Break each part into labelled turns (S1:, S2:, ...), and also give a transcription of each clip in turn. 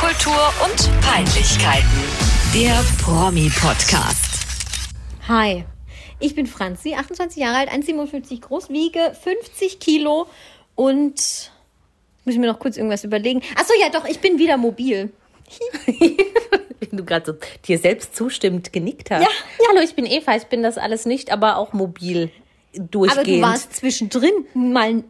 S1: Kultur und Peinlichkeiten. Der Promi-Podcast.
S2: Hi, ich bin Franzi, 28 Jahre alt, 1,57 groß, wiege 50 Kilo und muss ich mir noch kurz irgendwas überlegen. Achso, ja doch, ich bin wieder mobil.
S3: Wenn du gerade so dir selbst zustimmend genickt hast.
S2: Ja.
S3: hallo, ich bin Eva, ich bin das alles nicht, aber auch mobil
S2: Aber
S3: durchgehend.
S2: du warst zwischendrin mal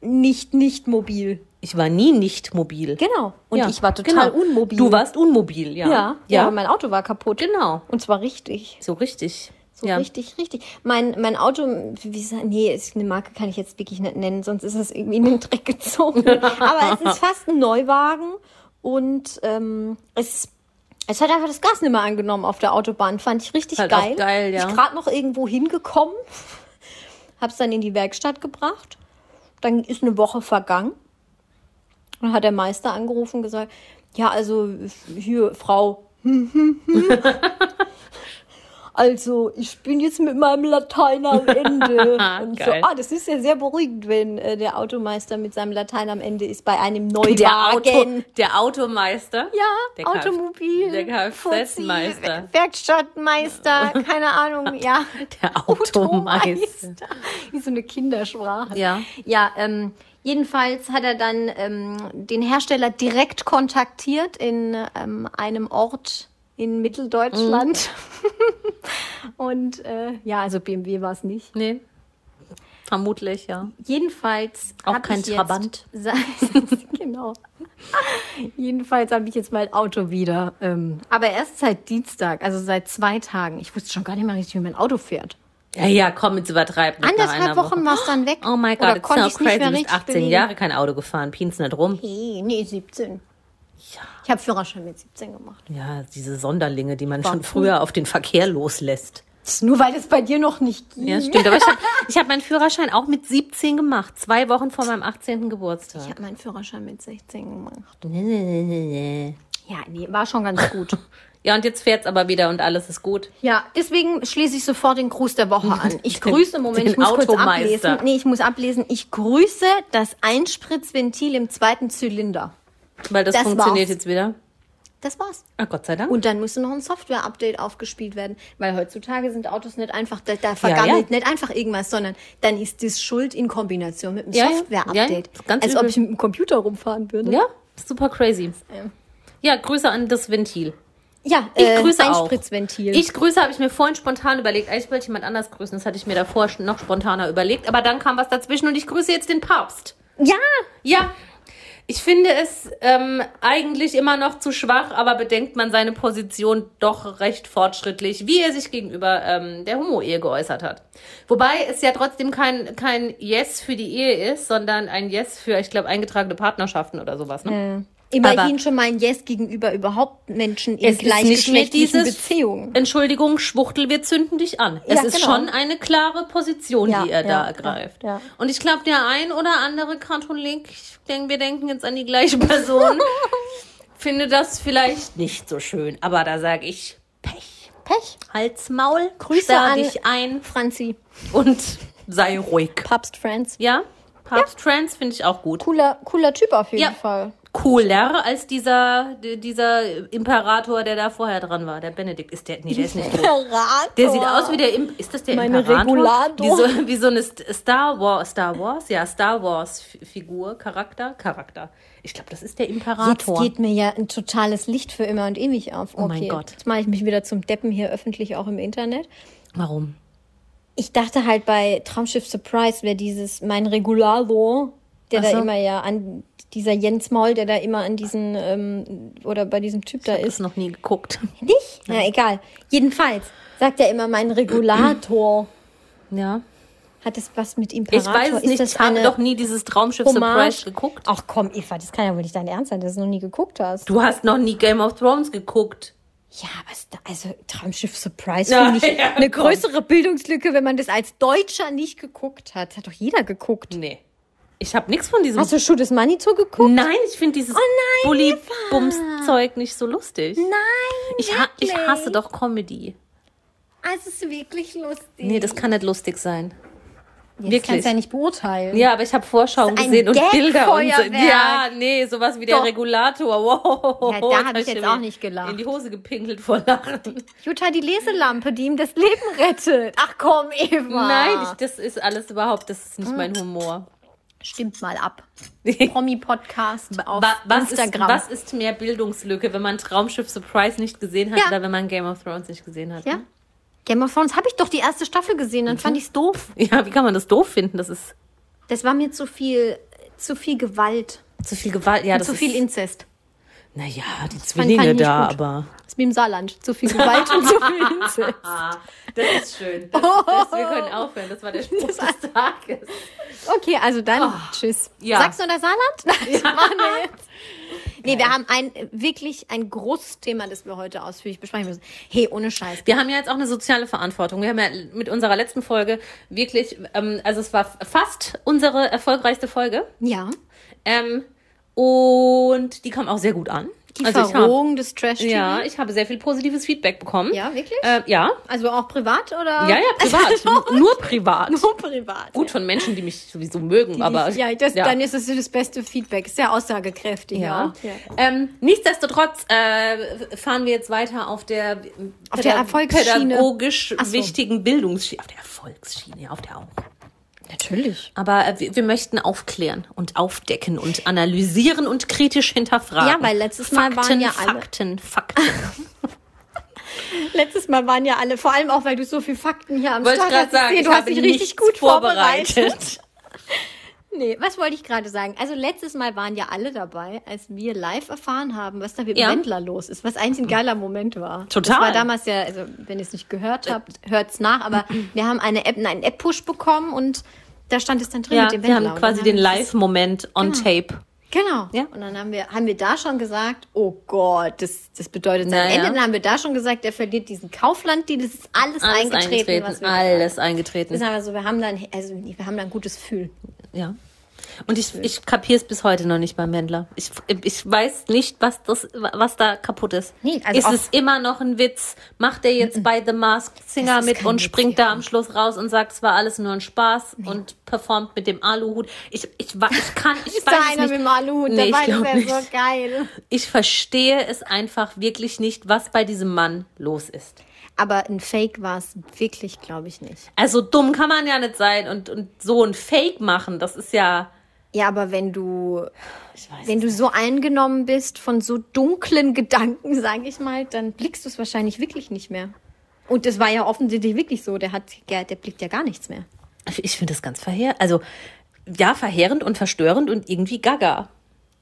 S2: nicht, nicht mobil.
S3: ich war nie nicht mobil.
S2: Genau. Und
S3: Ja,
S2: ich war total
S3: genau.
S2: unmobil.
S3: Du warst unmobil, ja.
S2: ja. Ja,
S3: ja.
S2: aber mein Auto war kaputt.
S3: genau.
S2: Und zwar richtig.
S3: So richtig.
S2: So
S3: ja.
S2: richtig, richtig. Mein, mein Auto, wie sa- nee, ist eine Marke kann ich jetzt wirklich nicht nennen, sonst ist es irgendwie in den Dreck gezogen. Aber es ist fast ein Neuwagen und ähm, es, es hat einfach das Gas nicht mehr angenommen auf der Autobahn. Fand ich richtig
S3: Halt auch
S2: geil.
S3: geil, ja.
S2: Ich gerade noch irgendwo hingekommen, hab's dann in die Werkstatt gebracht. Dann ist eine Woche vergangen. Dann hat der Meister angerufen und gesagt, ja, also hier, Frau. hm, hm, hm. Also, ich bin jetzt mit meinem Latein am Ende. Und so,
S3: Geil.
S2: ah, das ist ja sehr beruhigend, wenn äh, der Automeister mit seinem Latein am Ende ist bei einem Neuwagen.
S3: Der, Auto, der Automeister.
S2: Ja,
S3: der Kfz
S2: Automobil.
S3: der Kfz-Meister.
S2: Fuzzi, Werkstattmeister, keine Ahnung, ja.
S3: Der Automeister.
S2: Wie so eine Kindersprache.
S3: Ja.
S2: Ja, ähm, jedenfalls hat er dann ähm, den Hersteller direkt kontaktiert in ähm, einem Ort in Mitteldeutschland.
S3: Mhm.
S2: Und äh, ja, also BMW war es nicht.
S3: Nee. Vermutlich, ja.
S2: Jedenfalls
S3: Auch
S2: hab
S3: kein
S2: ich jetzt
S3: Trabant.
S2: se- genau. Jedenfalls habe ich jetzt mein Auto wieder. Ähm, aber erst seit Dienstag, also seit zwei Tagen. Ich wusste schon gar nicht mehr richtig, wie mein Auto fährt.
S3: Ja, ja, komm, jetzt übertreiben.
S2: Anderthalb Wochen war es dann weg.
S3: Oh mein
S2: Oder
S3: Gott, it's
S2: konnte
S3: so
S2: ich's nicht
S3: crazy.
S2: mehr
S3: Du bist
S2: richtig
S3: 18
S2: belegen.
S3: Jahre kein Auto gefahren. Pins nicht rum.
S2: Nee, nee, 17.
S3: Ja.
S2: Ich habe Führerschein mit 17 gemacht.
S3: Ja, diese Sonderlinge, die man schon
S2: Warum?
S3: früher auf den Verkehr loslässt. Mhm.
S2: Nur weil es bei dir noch nicht ging.
S3: Ja, stimmt. Aber ich habe ich hab meinen Führerschein auch mit 17 gemacht. Zwei Wochen vor meinem 18.
S2: Ich
S3: Geburtstag.
S2: habe meinen Führerschein mit 16 gemacht.
S3: ne, Ja,
S2: Ja, nee, war schon ganz gut.
S3: und jetzt fährt's aber wieder und alles ist gut.
S2: Ja, deswegen schließe ich sofort den Gruß der Woche an. Ich grüße, Moment,
S3: den
S2: ich muss kurz
S3: Automeister.
S2: ablesen. Nee, ich muss ablesen. Ich grüße das Einspritzventil im zweiten Zylinder.
S3: Weil das,
S2: Das
S3: funktioniert
S2: war's.
S3: jetzt wieder.
S2: Das war's.
S3: Ah, Gott sei Dank.
S2: Und dann musste noch ein Software-Update aufgespielt werden, weil heutzutage sind Autos nicht einfach, da, da vergammelt
S3: ja.
S2: nicht einfach irgendwas, sondern dann ist das Schuld in Kombination mit einem
S3: Ja, ja. Ja, ja.
S2: Software-Update.
S3: Ist ganz
S2: Als ob
S3: übel.
S2: ich mit dem Computer rumfahren würde.
S3: ja, super crazy.
S2: Ähm.
S3: Ja, Grüße an das Ventil.
S2: ja
S3: Ich
S2: äh,
S3: grüße auch.
S2: Einspritzventil.
S3: Ich grüße, habe ich mir vorhin spontan überlegt. Eigentlich wollte ich jemand anders grüßen. Das hatte ich mir davor schon noch spontaner überlegt. Aber dann kam was dazwischen und ich grüße jetzt den Papst.
S2: ja,
S3: Ja, ich finde es ähm, eigentlich immer noch zu schwach, aber bedenkt man seine Position doch recht fortschrittlich, wie er sich gegenüber ähm, der Homo-Ehe geäußert hat. Wobei es ja trotzdem kein, kein Yes für die Ehe ist, sondern ein Yes für, ich glaube, eingetragene Partnerschaften oder sowas. Ne?
S2: immerhin
S3: aber-
S2: schon mal ein Yes gegenüber überhaupt Menschen
S3: Es
S2: in
S3: ist nicht mehr
S2: gleichgeschlechtlichen
S3: dieses
S2: Beziehungen.
S3: Entschuldigung, Schwuchtel, wir zünden dich an. Es
S2: Ja,
S3: ist
S2: genau.
S3: schon eine klare Position,
S2: Ja,
S3: die er da
S2: ja,
S3: ergreift.
S2: ja, ja.
S3: Und ich glaube, der ein oder andere Katholik, ich denke, wir denken jetzt an die gleiche Person, finde das vielleicht nicht so schön. Aber da sage ich Pech.
S2: Pech.
S3: Halt's Maul,
S2: Grüße
S3: sperr
S2: an-
S3: dich ein
S2: Franzi,
S3: und sei ruhig.
S2: Papst Franz.
S3: Ja? Papst Trans finde ich auch gut.
S2: Cooler, cooler Typ auf jeden
S3: Ja.
S2: Fall.
S3: Cooler als dieser, dieser Imperator, der da vorher dran war. Der Benedikt ist der. Nee, der ist nicht tot. Der sieht aus wie der Imp Ist das der
S2: Oh. Meine
S3: Imperator?
S2: Regulator.
S3: Wie so, wie so eine St- Star Wars, Star Wars, ja, Star Wars F- Figur, Charakter, Charakter. Ich glaube, das ist der
S2: Jetzt
S3: Imperator.
S2: geht mir ja ein totales Licht für immer und ewig auf. Okay.
S3: Oh mein Gott.
S2: Jetzt mache ich mich wieder zum Deppen hier öffentlich auch im Internet.
S3: Warum?
S2: Ich dachte halt bei Traumschiff Surprise wäre dieses mein Regulado, der
S3: Ach
S2: da
S3: so.
S2: immer ja an dieser Jens Maul, der da immer an diesen ähm, oder bei diesem Typ da
S3: Ist
S2: ist.
S3: noch nie geguckt.
S2: Nicht? Na egal. Jedenfalls sagt er immer mein Regulator.
S3: Ja.
S2: Hat das was mit
S3: Ich
S2: Imperator?
S3: weiß es nicht.
S2: Ist
S3: Ich
S2: das eine
S3: habe doch nie dieses Traumschiff
S2: Hommage?
S3: Surprise geguckt.
S2: Ach komm, Eva, das kann ja wohl nicht dein Ernst sein, dass du noch nie geguckt hast.
S3: Du hast noch nie Game of Thrones geguckt.
S2: Ja, aber es- also Traumschiff Surprise
S3: Na,
S2: finde ich
S3: ja,
S2: eine
S3: komm.
S2: größere Bildungslücke, wenn man das als Deutscher nicht geguckt hat. Hat doch jeder geguckt.
S3: Nee. Ich habe nichts von diesem.
S2: Hast du schon das Manito geguckt?
S3: Nein, ich finde dieses
S2: Oh nein, Eva.
S3: Bulli-Bums-Zeug nicht so lustig.
S2: Nein,
S3: ich, ha ich
S2: wirklich?
S3: hasse doch Comedy.
S2: Ah, Es ist wirklich lustig.
S3: Nee, das kann nicht lustig sein.
S4: Jetzt
S3: Wirklich.
S4: kannst du ja nicht beurteilen.
S3: Ja, aber ich habe Vorschauen
S2: Das ist ein
S3: gesehen und Bilder und so.
S2: Gag-Feuerwerk.
S3: Ja, nee, sowas wie der
S2: Doch.
S3: Regulator. Wow.
S2: Ja, da hab
S3: Da
S2: ich jetzt
S3: mir
S2: auch nicht gelacht.
S3: In die Hose gepinkelt vor Lachen.
S2: Jutta, die Leselampe, die ihm das Leben rettet. Ach komm, Eva.
S3: Nein, ich, das ist alles überhaupt, das ist nicht mein Humor.
S4: Stimmt mal ab. Promi-Podcast auf
S3: Wa- was, ist,
S4: Instagram.
S3: was ist mehr Bildungslücke, wenn man Traumschiff Surprise nicht gesehen hat
S2: Ja.
S3: oder wenn man Game of Thrones nicht gesehen hat?
S2: Ja.
S3: ne?
S2: Game of Thrones habe ich doch die erste Staffel gesehen,
S3: Mhm.
S2: dann fand ich es doof.
S3: ja, wie kann man das doof finden? Das ist
S2: Das war mir zu viel, zu viel Gewalt,
S3: zu viel Gewalt. Ja, das
S4: Zu
S3: ist,
S4: viel Inzest.
S3: Naja, die
S2: fand- fand
S3: Zwillinge
S2: ich nicht
S3: da,
S2: gut.
S3: aber.
S2: Das ist wie im Saarland. Zu viel Gewalt und zu viel Inzest.
S3: Das ist schön. Das, das, wir können aufhören. Das war der Spruch des Tages.
S2: Okay, also dann tschüss.
S3: Ah, ja.
S2: Sagst du das Saarland? Nein, das machen wir jetzt. Nee, wir haben ein wirklich ein großes Thema, das wir heute ausführlich besprechen müssen. Hey, ohne Scheiß.
S3: Wir haben ja jetzt auch eine soziale Verantwortung. Wir haben ja mit unserer letzten Folge wirklich, ähm, also es war fast unsere erfolgreichste Folge.
S2: Ja.
S3: Ähm, und die kam auch sehr gut an.
S2: Die
S3: also ich habe,
S2: Verrohung des trash -TV.
S3: ja, ich habe sehr viel positives Feedback bekommen.
S2: Ja, wirklich?
S3: Ähm, ja,
S2: Also auch privat oder?
S3: ja, ja, privat. Nur- Nur privat.
S2: Nur privat.
S3: Gut von Menschen, die mich sowieso mögen, aber.
S2: ja, das, dann ist das das beste Feedback. Ist ja aussagekräftig.
S3: Ja.
S2: Ja.
S3: Ähm, nichtsdestotrotz äh, fahren wir jetzt weiter auf der,
S2: Auf der
S3: pädag-
S2: Erfolgsschiene.
S3: pädagogisch
S2: Ach so.
S3: wichtigen Bildungsschiene. Auf der Erfolgsschiene, auf der auch.
S2: Natürlich.
S3: Aber äh, wir, wir möchten aufklären und aufdecken und analysieren und kritisch hinterfragen.
S2: Ja, weil letztes Mal
S3: Fakten,
S2: waren ja alle-
S3: Fakten, Fakten.
S2: Letztes Mal waren ja alle, vor allem auch, weil du so viel Fakten hier am
S3: Wollte ich
S2: Start
S3: gerade
S2: hast.
S3: sagen,
S2: ich sehe, du
S3: ich
S2: hast
S3: habe
S2: dich richtig
S3: nichts
S2: gut
S3: vorbereitet.
S2: vorbereitet. Nee, was wollte ich gerade sagen? Also letztes Mal waren ja alle dabei, als wir live erfahren haben, was da mit dem
S3: Ja.
S2: Wendler los ist, was eigentlich ein geiler Moment war.
S3: Total. Äh.
S2: Das war damals ja, also wenn ihr es nicht gehört habt, hört's nach, aber wir haben eine App, einen App-Push bekommen und da stand es dann drin
S3: ja,
S2: mit dem
S3: wir
S2: Wendler.
S3: haben
S2: Und
S3: quasi
S2: dann
S3: den
S2: haben wir das- Hm.
S3: Live-Moment on Tape.
S2: Genau.
S3: Ja.
S2: Und dann haben wir, haben wir da schon gesagt, oh Gott, das, das bedeutet sein
S3: Naja.
S2: Ende. Dann haben wir da schon gesagt, der verliert diesen Kaufland-Deal. Das ist alles,
S3: Alles
S2: eingetreten,
S3: eingetreten,
S2: was wir gesagt
S3: alles
S2: haben. Das
S3: eingetreten.
S2: ist aber so, wir haben dann, also wir haben da ein gutes Gefühl.
S3: Ja. Und ich, ich kapiere es bis heute noch nicht beim Wendler. Ich, ich weiß nicht, was, das, was da kaputt ist.
S2: Nee, also
S3: ist
S2: auch-
S3: es immer noch ein Witz? Macht er jetzt bei The Masked Singer
S2: Das ist
S3: mit
S2: kein
S3: und
S2: Witz,
S3: springt
S2: ja.
S3: da am Schluss raus und sagt, es war alles nur ein Spaß und performt mit dem Aluhut? Ich, ich, wa- ich kann, ich
S2: Ist
S3: weiß
S2: da
S3: es
S2: einer
S3: nicht.
S2: mit dem Aluhut dabei?
S3: Nee, ich
S2: Das
S3: glaub
S2: wäre so
S3: nicht.
S2: geil.
S3: Ich verstehe es einfach wirklich nicht, was bei diesem Mann los ist.
S2: Aber ein Fake war es wirklich, glaube ich, nicht.
S3: Also dumm kann man ja nicht sein und, und so ein Fake machen, das ist ja.
S2: Ja, aber wenn du,
S3: Ich weiß
S2: wenn du so eingenommen bist von so dunklen Gedanken, sage ich mal, dann blickst du es wahrscheinlich wirklich nicht mehr. Und das war ja offensichtlich wirklich so. Der hat, der, der blickt ja gar nichts mehr.
S3: Ich finde das ganz verheerend. Also, ja, verheerend und verstörend und irgendwie gaga.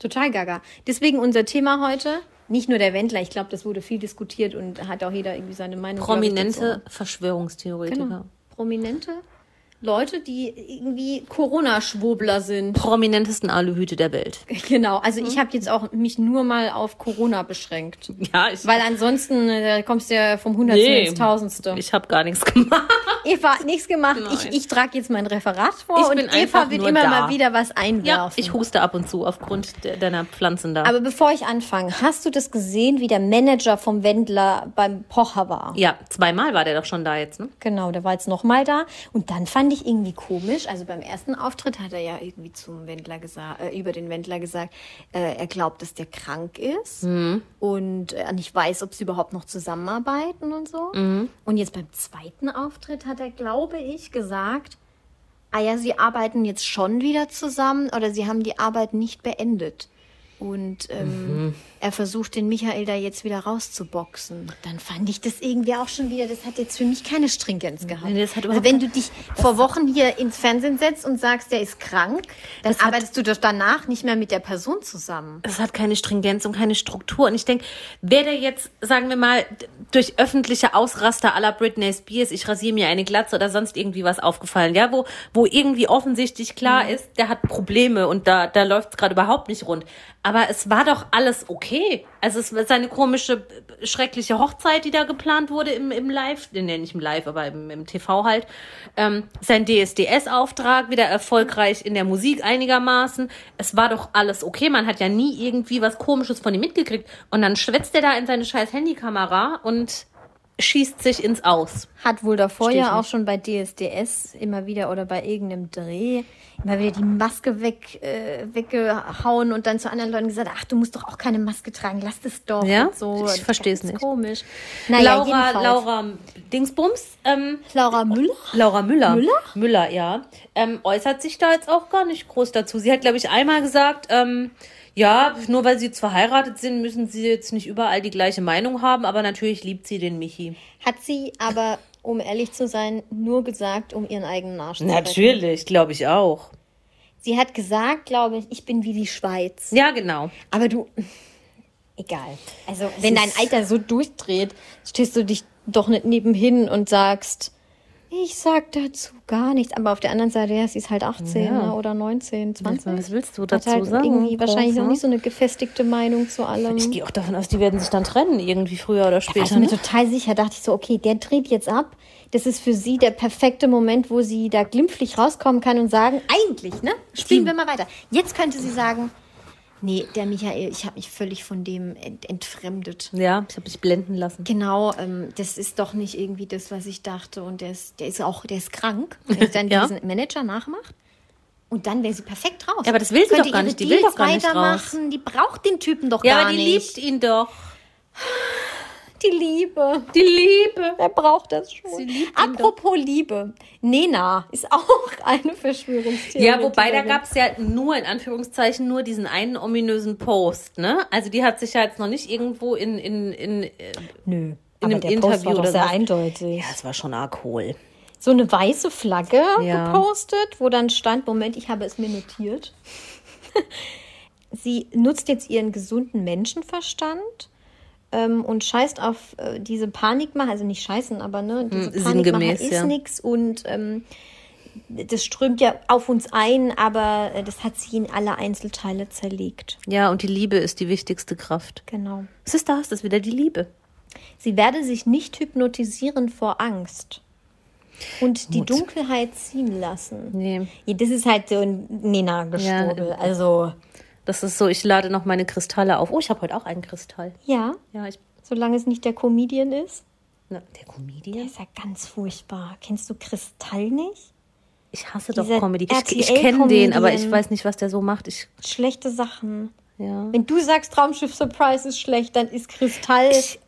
S2: Total gaga. Deswegen unser Thema heute, nicht nur der Wendler, ich glaube, das wurde viel diskutiert und hat auch jeder irgendwie seine Meinung. glaub ich,
S3: Prominente
S2: dazu.
S3: Verschwörungstheoretiker.
S2: Genau. Prominente Leute, die irgendwie Corona-Schwurbler sind.
S3: Prominentesten Aluhüte der Welt.
S2: Genau, also
S3: Mhm.
S2: ich habe jetzt auch mich nur mal auf Corona beschränkt.
S3: Ja, ich,
S2: Weil ansonsten äh, kommst du ja vom Hundertsten
S3: Nee.
S2: ins Tausendste.
S3: ich habe gar nichts gemacht.
S2: Eva, nichts gemacht.
S3: Nein.
S2: Ich, ich trage jetzt mein Referat vor
S3: Ich
S2: und
S3: bin einfach
S2: Eva wird
S3: nur
S2: immer
S3: da.
S2: mal wieder was
S3: Ja,
S2: einwerfen.
S3: ich huste ab und zu aufgrund de deiner Pflanzen da.
S2: Aber bevor ich anfange, hast du das gesehen, wie der Manager vom Wendler beim Pocher war?
S3: ja, zweimal war der doch schon da jetzt, ne?
S2: Genau, der war jetzt nochmal da. Und dann fand ich irgendwie komisch. Also beim ersten Auftritt hat er ja irgendwie zum Wendler gesagt, äh, über den Wendler gesagt, äh, er glaubt, dass der krank ist und äh, nicht weiß, ob sie überhaupt noch zusammenarbeiten und so. Und jetzt beim zweiten Auftritt hat er, glaube ich, gesagt, ah ja, sie arbeiten jetzt schon wieder zusammen oder sie haben die Arbeit nicht beendet. Und ähm, er versucht, den Michael da jetzt wieder rauszuboxen. Dann fand ich das irgendwie auch schon wieder, das hat jetzt für mich keine Stringenz gehabt.
S3: Nee, das hat
S2: also
S3: überhaupt
S2: wenn du dich vor Wochen hier ins Fernsehen setzt und sagst, der ist krank, dann arbeitest du doch danach nicht mehr mit der Person zusammen.
S3: Es hat keine Stringenz und keine Struktur. Und ich denke, wer der jetzt, sagen wir mal, d- durch öffentliche Ausraster aller Britney Spears, ich rasiere mir eine Glatze oder sonst irgendwie was aufgefallen, ja, wo, wo irgendwie offensichtlich klar ist, der hat Probleme und da, da läuft es gerade überhaupt nicht rund. Aber es war doch alles okay. Also es war seine komische, äh, schreckliche Hochzeit, die da geplant wurde im, im Live, nenne ich im Live, aber im, im TV halt. Ähm, sein DSDS-Auftrag wieder erfolgreich in der Musik einigermaßen. Es war doch alles okay. Man hat ja nie irgendwie was Komisches von ihm mitgekriegt. Und dann schwätzt er da in seine scheiß Handykamera und schießt sich ins Aus.
S2: Hat wohl davor
S3: Versteh ich
S2: ja auch schon bei DSDS immer wieder oder bei irgendeinem Dreh immer wieder die Maske weg, äh, weggehauen und dann zu anderen Leuten gesagt, ach, du musst doch auch keine Maske tragen, lass das doch.
S3: Ja?
S2: und Oh so.
S3: Ich versteh's
S2: Ganz
S3: nicht.
S2: Komisch. Naja,
S3: Laura,
S2: jedenfalls.
S3: Laura Dingsbums, ähm,
S2: Laura Müller?
S3: Laura Müller.
S2: Müller?
S3: Müller, ja. Ähm, äußert sich da jetzt auch gar nicht groß dazu. Sie hat, glaube ich, einmal gesagt, ähm, ja, nur weil sie jetzt verheiratet sind, müssen sie jetzt nicht überall die gleiche Meinung haben, aber natürlich liebt sie den Michi.
S2: Hat sie aber, um ehrlich zu sein, nur gesagt, um ihren eigenen Arsch zu retten.
S3: Natürlich, glaube ich auch.
S2: Sie hat gesagt, glaube ich, ich bin wie die Schweiz.
S3: Ja, genau.
S2: Aber du, egal. Also, wenn dein Alter so durchdreht, stehst du dich doch nicht nebenhin und sagst, ich sag dazu gar nichts. Aber auf der anderen Seite, ja, sie ist halt 18 ne, oder 19, 20.
S3: Was willst du
S2: Hat
S3: dazu
S2: halt
S3: sagen?
S2: irgendwie wahrscheinlich
S3: Groß,
S2: noch
S3: ne?
S2: nicht so eine gefestigte Meinung zu allem.
S3: Ich gehe auch davon aus, die werden sich dann trennen, irgendwie früher oder
S2: war ich
S3: später.
S2: mir
S3: Ne?
S2: total sicher, dachte ich so, okay, der dreht jetzt ab. Das ist für sie der perfekte Moment, wo sie da glimpflich rauskommen kann und sagen, eigentlich, ne? Spielen
S3: Hm.
S2: wir mal weiter. Jetzt könnte sie sagen, nee, der Michael, ich habe mich völlig von dem ent entfremdet.
S3: Ja, ich habe mich blenden lassen.
S2: Genau, ähm, das ist doch nicht irgendwie das, was ich dachte. Und der ist, der ist auch, der ist krank, der dann
S3: Ja.
S2: diesen Manager nachmacht. Und dann wäre sie perfekt raus.
S3: Ja, aber das will sie
S2: Könnte
S3: doch gar
S2: ihre
S3: nicht. Die will doch
S2: Deals
S3: gar nicht raus.
S2: weitermachen. Die braucht den Typen doch
S3: Ja,
S2: gar
S3: aber die
S2: nicht.
S3: liebt ihn doch.
S2: die Liebe.
S3: Die Liebe.
S2: Wer braucht das schon?
S3: Sie liebt ihn
S2: Apropos Liebe. Nena ist auch eine Verschwörungstheorie.
S3: Ja, wobei da gab es ja nur, in Anführungszeichen, nur diesen einen ominösen Post, ne? Also die hat sich ja jetzt noch nicht irgendwo in, in, in, äh,
S2: Nö.
S3: in einem
S2: aber der Post
S3: Interview
S2: war doch
S3: oder
S2: sehr
S3: so.
S2: eindeutig.
S3: das war schon arg hohl.
S2: So eine weiße Flagge
S3: Ja.
S2: gepostet, wo dann stand, Moment, ich habe es mir notiert. Sie nutzt jetzt ihren gesunden Menschenverstand ähm, und scheißt auf äh, diese Panikmache, also nicht scheißen, aber ne, diese
S3: Hm,
S2: Panikmache
S3: sinngemäß,
S2: ist
S3: ja.
S2: nix und ähm, das strömt ja auf uns ein, aber äh, das hat sie in alle Einzelteile zerlegt.
S3: Ja, und die Liebe ist die wichtigste Kraft.
S2: Genau.
S3: Was ist das? Das ist wieder die Liebe.
S2: Sie werde sich nicht hypnotisieren vor Angst und die
S3: Gut.
S2: Dunkelheit ziehen lassen.
S3: Nee.
S2: Ja, das ist halt so ein Nena-Geschwurbel. also,
S3: Das ist so, ich lade noch meine Kristalle auf. Oh, ich habe heute auch einen Kristall.
S2: ja,
S3: Ja, ich. ne.
S2: solange es nicht der Comedian ist.
S3: Na, der
S2: Der
S3: Comedian?
S2: ist ja ganz furchtbar. Kennst du Kristall nicht?
S3: Ich hasse
S2: Dieser
S3: doch Comedy. Ich, ich
S2: RTL
S3: kenne den, aber ich
S2: Comedian.
S3: weiß nicht, was der so macht. Ich,
S2: Schlechte Sachen.
S3: ja.
S2: Wenn du sagst, Traumschiff Surprise ist schlecht, dann ist Kristall.
S3: Ich-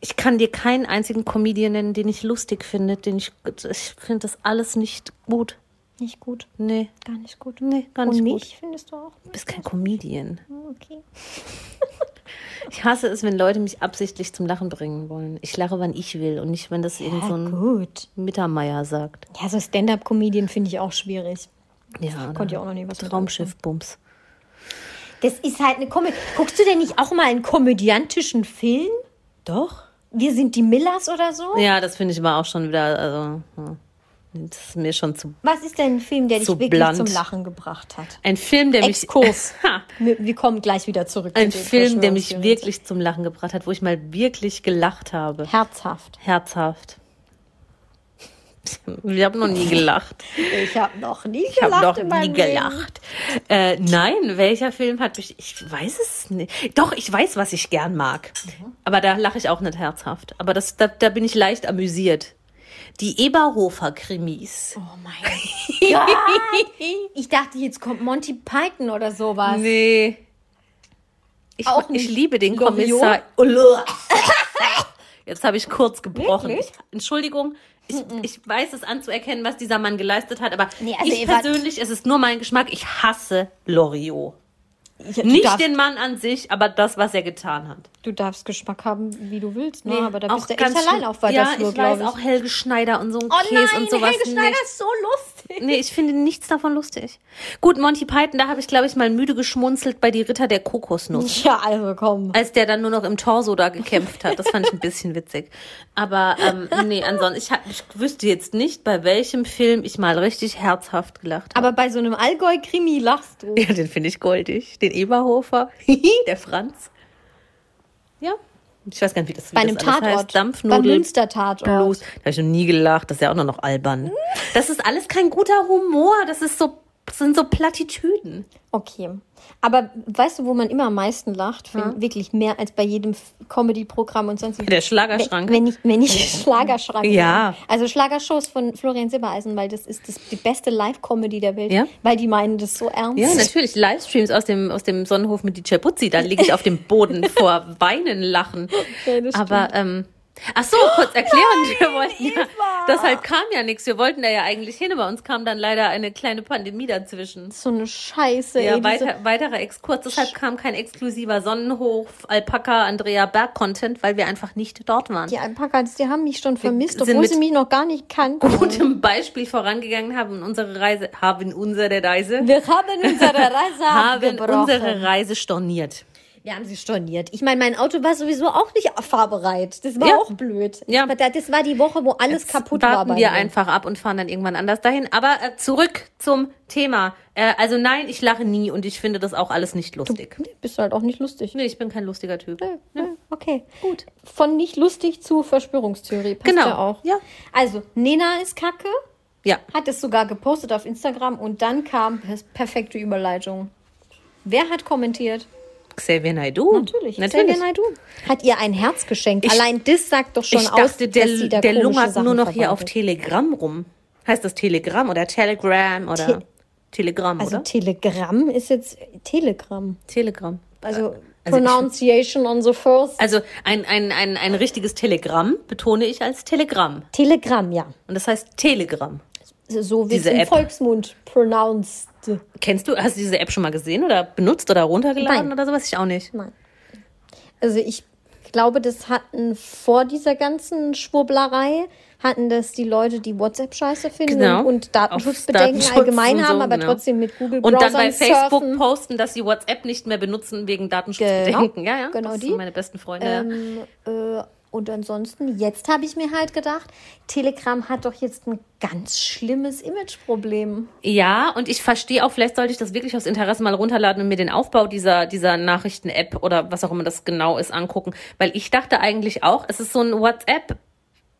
S3: ich kann dir keinen einzigen Comedian nennen, den ich lustig finde. Den ich, ich finde das alles nicht gut.
S2: nicht gut.
S3: Nee,
S2: Gar nicht gut.
S3: nee, gar nicht
S2: Und
S3: gut.
S2: mich findest du auch?
S3: Du bist kein Comedian.
S2: Hm, Okay.
S3: Ich hasse es, wenn Leute mich absichtlich zum Lachen bringen wollen. Ich lache, wann ich will und nicht, wenn das irgend so
S2: Ja,
S3: ein
S2: gut.
S3: Mittermeier sagt.
S2: Ja, so Stand-Up-Comedian finde ich auch schwierig.
S3: Ja,
S2: Konnte ich auch noch nie was mit
S3: Traumschiff-Bums.
S2: Das ist halt eine Komödie. Guckst du denn nicht auch mal einen komödiantischen Film?
S3: Doch?
S2: Wir sind die Millers oder so?
S3: Ja, das finde ich aber auch schon wieder, also, ja. das ist mir schon zu...
S2: Was ist denn ein Film, der dich
S3: So
S2: wirklich
S3: blunt.
S2: zum Lachen gebracht hat?
S3: Ein Film, der mich...
S2: Exkurs.
S3: Ha.
S2: Wir wir kommen gleich wieder zurück.
S3: Ein
S2: zu den
S3: Film, der mich
S2: Verschwörungstheorien.
S3: wirklich zum Lachen gebracht hat, wo ich mal wirklich gelacht habe.
S2: Herzhaft.
S3: Herzhaft. Ich habe noch nie gelacht.
S2: Ich habe noch nie
S3: Ich habe
S2: gelacht
S3: noch
S2: in
S3: nie
S2: meinem
S3: gelacht. Äh, nein, welcher Film hat mich. Ich weiß es nicht. Doch, ich weiß, was ich gern mag. Aber da lache ich auch nicht herzhaft. Aber das, da, da bin ich leicht amüsiert. Die Eberhofer-Krimis.
S2: Leben. Oh mein Gott. Ich dachte, jetzt kommt Monty Python oder sowas.
S3: nee. Ich,
S2: Auch
S3: ich
S2: nicht.
S3: liebe den
S2: Loriot?
S3: Kommissar. Ulla. Jetzt habe ich kurz gebrochen.
S2: Wirklich?
S3: Ich, Entschuldigung, ich, ich weiß es anzuerkennen, was dieser Mann geleistet hat, aber
S2: Nee, also
S3: ich
S2: ihr wart-
S3: persönlich, es ist nur mein Geschmack, ich hasse Loriot.
S2: Ich, du,
S3: Nicht
S2: darfst,
S3: den Mann an sich, aber das, was er getan hat. Ah,
S2: du darfst Geschmack haben, wie du willst, ne? aber da
S3: Auch
S2: bist du echt
S3: ganz
S2: allein
S3: schlimm.
S2: auf weiter
S3: Ja,
S2: Flur,
S3: ich weiß
S2: glaube ich.
S3: auch Helge Schneider und so ein
S2: oh
S3: Käse
S2: nein,
S3: und sowas.
S2: Helge Schneider ist so lustig.
S3: nicht. Nee, ich finde nichts davon lustig. Gut, Monty Python, da habe ich, glaube ich, mal müde geschmunzelt bei die Ritter der Kokosnuss.
S2: Ja, also komm.
S3: Als der dann nur noch im Torso da gekämpft hat. Das fand ich ein bisschen witzig. Aber ähm, nee, ansonsten, ich, hab, ich wüsste jetzt nicht, bei welchem Film ich mal richtig herzhaft gelacht habe.
S2: Aber bei so einem Allgäu-Krimi lachst du.
S3: Ja, den finde ich goldig. Den Eberhofer, der Franz. Ja, ich weiß gar nicht, wie das, wie
S2: Bei einem
S3: das alles
S2: Tatort.
S3: heißt.
S2: Beim
S3: Dampfnudel,
S2: Münster-Tatort.
S3: Blues. Da habe ich noch nie gelacht. Das ist ja auch nur noch albern. Das ist alles kein guter Humor. Das ist so Das sind so Plattitüden.
S2: Okay. Aber weißt du, wo man immer am meisten lacht? Wenn Wirklich mehr als bei jedem F- Comedy-Programm und sonst.
S3: Der Schlagerschrank.
S2: Wenn ich, wenn ich Schlagerschrank.
S3: Ja.
S2: Also Schlagershows von Florian Silbereisen, weil das ist das, die beste Live-Comedy der Welt.
S3: Ja.
S2: Weil die meinen das so ernst.
S3: Ja, ne. natürlich. Livestreams aus dem, aus dem Sonnenhof mit die Chapuzzi. Da liege ich auf dem Boden vor Weinen, Lachen.
S2: Ja, das
S3: Aber, ähm, ach so, kurz erklären. wir wollten ja, deshalb kam ja nichts. Wir wollten da ja eigentlich hin, aber uns kam dann leider eine kleine Pandemie dazwischen.
S2: so eine Scheiße.
S3: Ja, halt
S2: ey, diese-
S3: weiter, weiterer Exkurs. Deshalb kam kein exklusiver Sonnenhof, Alpaka, Andrea Berg Content, weil wir einfach nicht dort waren.
S2: Die Alpakas, die haben mich schon vermisst,
S3: sind
S2: obwohl
S3: mit-
S2: sie mich noch gar nicht kannten.
S3: Gutem Beispiel vorangegangen haben unsere Reise, haben unsere Reise,
S2: Wir haben unsere Reise
S3: haben
S2: abgebrochen.
S3: unsere Reise storniert.
S2: Wir haben sie storniert. Ich meine, mein Auto war sowieso auch nicht fahrbereit. Das war
S3: Ja.
S2: auch blöd.
S3: Ja.
S2: Aber da- das war die Woche, wo alles kaputt war.
S3: Warten
S2: Bei
S3: wir
S2: mir.
S3: einfach ab und fahren dann irgendwann anders dahin. Aber äh, zurück zum Thema. Äh, also nein, ich lache nie und ich finde das auch alles nicht lustig.
S2: Nee, Bist du halt auch nicht lustig.
S3: Nee, ich bin kein lustiger Typ.
S2: Ja, Okay. Gut. Von nicht lustig zu Verschwörungstheorie. Passt
S3: Genau.
S2: Ja auch.
S3: Ja.
S2: Also, Nena ist kacke.
S3: Ja.
S2: Hat es sogar gepostet auf Instagram und dann kam per- perfekte Überleitung. Wer hat kommentiert?
S3: Xavier Naidoo.
S2: Natürlich.
S3: Natürlich.
S2: Xavier Naidoo. Hat ihr ein Herz geschenkt.
S3: Ich-
S2: Allein das sagt doch schon
S3: ich
S2: aus,
S3: dachte, der,
S2: dass sie da
S3: der
S2: komische
S3: lungert
S2: Sachen
S3: nur noch hier auf
S2: verbreitet.
S3: Telegram rum. Heißt das Telegram oder Telegram oder
S2: Te-
S3: Telegram,
S2: Also
S3: oder?
S2: Telegramm ist jetzt Telegram.
S3: Telegram.
S2: Also,
S3: Äh, ich-
S2: Pronunciation on the first.
S3: Also ein, ein, ein, ein richtiges Telegramm betone ich als Telegramm.
S2: Telegramm, ja.
S3: Und das heißt Telegram.
S2: So wie es
S3: Diese
S2: im
S3: App.
S2: Volksmund pronounced.
S3: Kennst du, hast du diese App schon mal gesehen oder benutzt oder runtergeladen
S2: Nein.
S3: oder sowas? Ich auch nicht.
S2: Also ich glaube, das hatten vor dieser ganzen Schwurblerei, hatten das die Leute, die WhatsApp-Scheiße finden
S3: Genau.
S2: und, und Datenschutzbedenken
S3: Datenschutz
S2: allgemein
S3: und so,
S2: haben, aber
S3: genau.
S2: trotzdem mit Google
S3: Und dann bei
S2: Browsern
S3: Facebook
S2: surfen.
S3: posten, dass sie WhatsApp nicht mehr benutzen wegen Datenschutzbedenken.
S2: Genau,
S3: ja, ja.
S2: genau
S3: das
S2: die.
S3: sind meine besten Freunde.
S2: Ähm,
S3: ne?
S2: äh, und ansonsten, jetzt habe ich mir halt gedacht, Telegram hat doch jetzt ein ganz schlimmes Imageproblem.
S3: Ja, und ich verstehe auch, vielleicht sollte ich das wirklich aus Interesse mal runterladen und mir den Aufbau dieser, dieser Nachrichten-App oder was auch immer das genau ist angucken. Weil ich dachte eigentlich auch, es ist so ein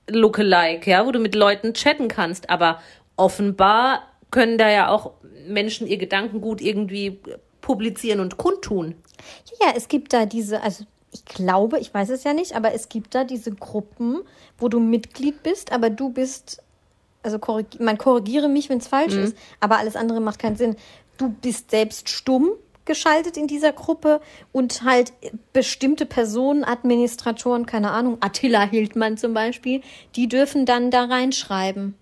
S3: WhatsApp-Lookalike, ja, wo du mit Leuten chatten kannst. Aber offenbar können da ja auch Menschen ihr Gedankengut irgendwie publizieren und kundtun.
S2: Ja, es gibt da diese, also ich glaube, ich weiß es ja nicht, aber es gibt da diese Gruppen, wo du Mitglied bist, aber du bist, also korrig, man korrigiere mich, wenn es falsch
S3: Mhm.
S2: ist, aber alles andere macht keinen Sinn. Du bist selbst stumm geschaltet in dieser Gruppe und halt bestimmte Personen, Administratoren, keine Ahnung, Attila Hildmann zum Beispiel, die dürfen dann da reinschreiben.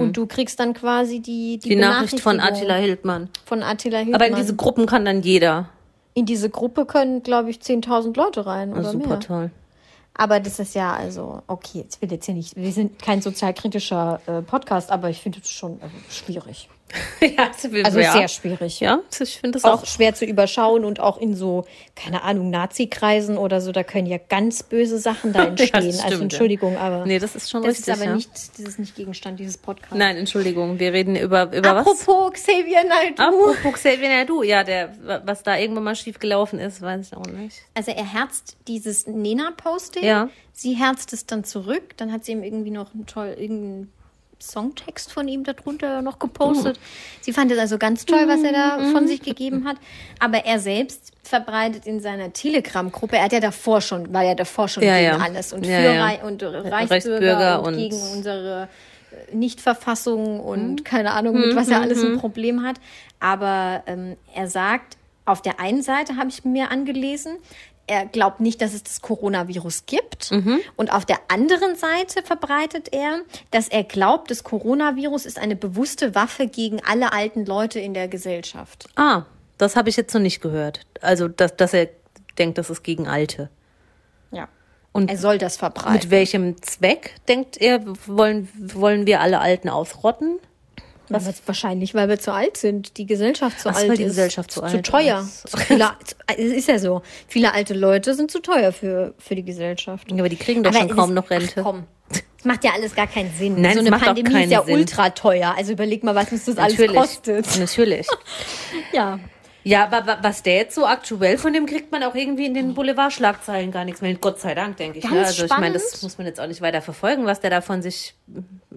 S2: Und du kriegst dann quasi die, die,
S3: Mhm. Die Nachricht von
S2: Benachrichtigung
S3: Attila Hildmann.
S2: von Attila Hildmann.
S3: Aber in diese Gruppen kann dann jeder.
S2: In diese Gruppe können, glaube ich, 10.000 Leute rein oder
S3: super
S2: mehr.
S3: toll.
S2: Aber das ist ja, also, okay, ich will jetzt hier nicht, wir sind kein sozialkritischer äh, Podcast, aber ich finde es schon also, schwierig.
S3: ja, das will-
S2: Also
S3: ja.
S2: sehr schwierig.
S3: Ja, ich finde das
S2: Auch
S3: auch.
S2: schwer zu überschauen und auch in so, keine Ahnung, Nazi-Kreisen oder so, da können ja ganz böse Sachen da
S3: das
S2: entstehen.
S3: stimmt,
S2: also
S3: ja.
S2: Entschuldigung, aber
S3: Nee, das ist schon
S2: das ist
S3: richtig.
S2: aber
S3: ja.
S2: nicht, das ist nicht Gegenstand dieses Podcasts.
S3: Nein, Entschuldigung, wir reden über, über was?
S2: Apropos Xavier Naidoo.
S3: Apropos Xavier Naidoo, ja, der, was da irgendwann mal schief gelaufen ist, weiß ich auch nicht.
S2: Also er herzt dieses Nena-Posting.
S3: Ja.
S2: Sie herzt es dann zurück. Dann hat sie ihm irgendwie noch einen toll, irgendeinen Songtext von ihm darunter noch gepostet.
S3: Oh.
S2: Sie fand es also ganz toll, was er da
S3: Mhm.
S2: von sich gegeben hat. Aber er selbst verbreitet in seiner Telegram-Gruppe, er hat ja davor schon, war ja davor schon
S3: Ja,
S2: gegen
S3: ja.
S2: alles und
S3: Ja,
S2: für
S3: ja.
S2: Rei- und Reichsbürger,
S3: Reichsbürger
S2: und,
S3: und- Mhm.
S2: gegen unsere äh, Nichtverfassung und keine Ahnung, mit was er alles ein Problem hat. Aber ähm, er sagt, auf der einen Seite habe ich mir angelesen, er glaubt nicht, dass es das Coronavirus gibt.
S3: Mhm.
S2: Und auf der anderen Seite verbreitet er, dass er glaubt, das Coronavirus ist eine bewusste Waffe gegen alle alten Leute in der Gesellschaft.
S3: Ah, das habe ich jetzt noch nicht gehört. Also, dass, dass er denkt, das ist gegen Alte.
S2: Ja.
S3: Und
S2: Er soll das verbreiten.
S3: mit welchem Zweck, denkt er, wollen, wollen wir alle Alten ausrotten?
S2: Was? Was? Wahrscheinlich, weil wir zu alt sind. Die Gesellschaft zu
S3: Ach so,
S2: alt
S3: weil die
S2: ist.
S3: Gesellschaft zu alt
S2: Zu teuer.
S3: ist.
S2: Zu viele, zu, äh, es ist ja so. Viele alte Leute sind zu teuer für, für die Gesellschaft.
S3: Ja, Aber die kriegen doch
S2: Aber
S3: schon
S2: es
S3: kaum
S2: ist-
S3: noch Rente.
S2: Ach, komm. Das macht ja alles gar keinen Sinn.
S3: Nein,
S2: so
S3: es
S2: eine
S3: macht auch
S2: Pandemie
S3: keinen
S2: ist ja
S3: Sinn.
S2: ultra teuer. Also überleg mal, was uns das
S3: Natürlich.
S2: alles kostet.
S3: Natürlich.
S2: Ja.
S3: Ja, aber wa- was der jetzt so aktuell, von dem kriegt man auch irgendwie in den Boulevardschlagzeilen gar nichts mehr. Gott sei Dank, denke ich.
S2: Oh. Ganz
S3: ne? Also ich meine, das
S2: spannend.
S3: muss man jetzt auch nicht weiter verfolgen, was der da von sich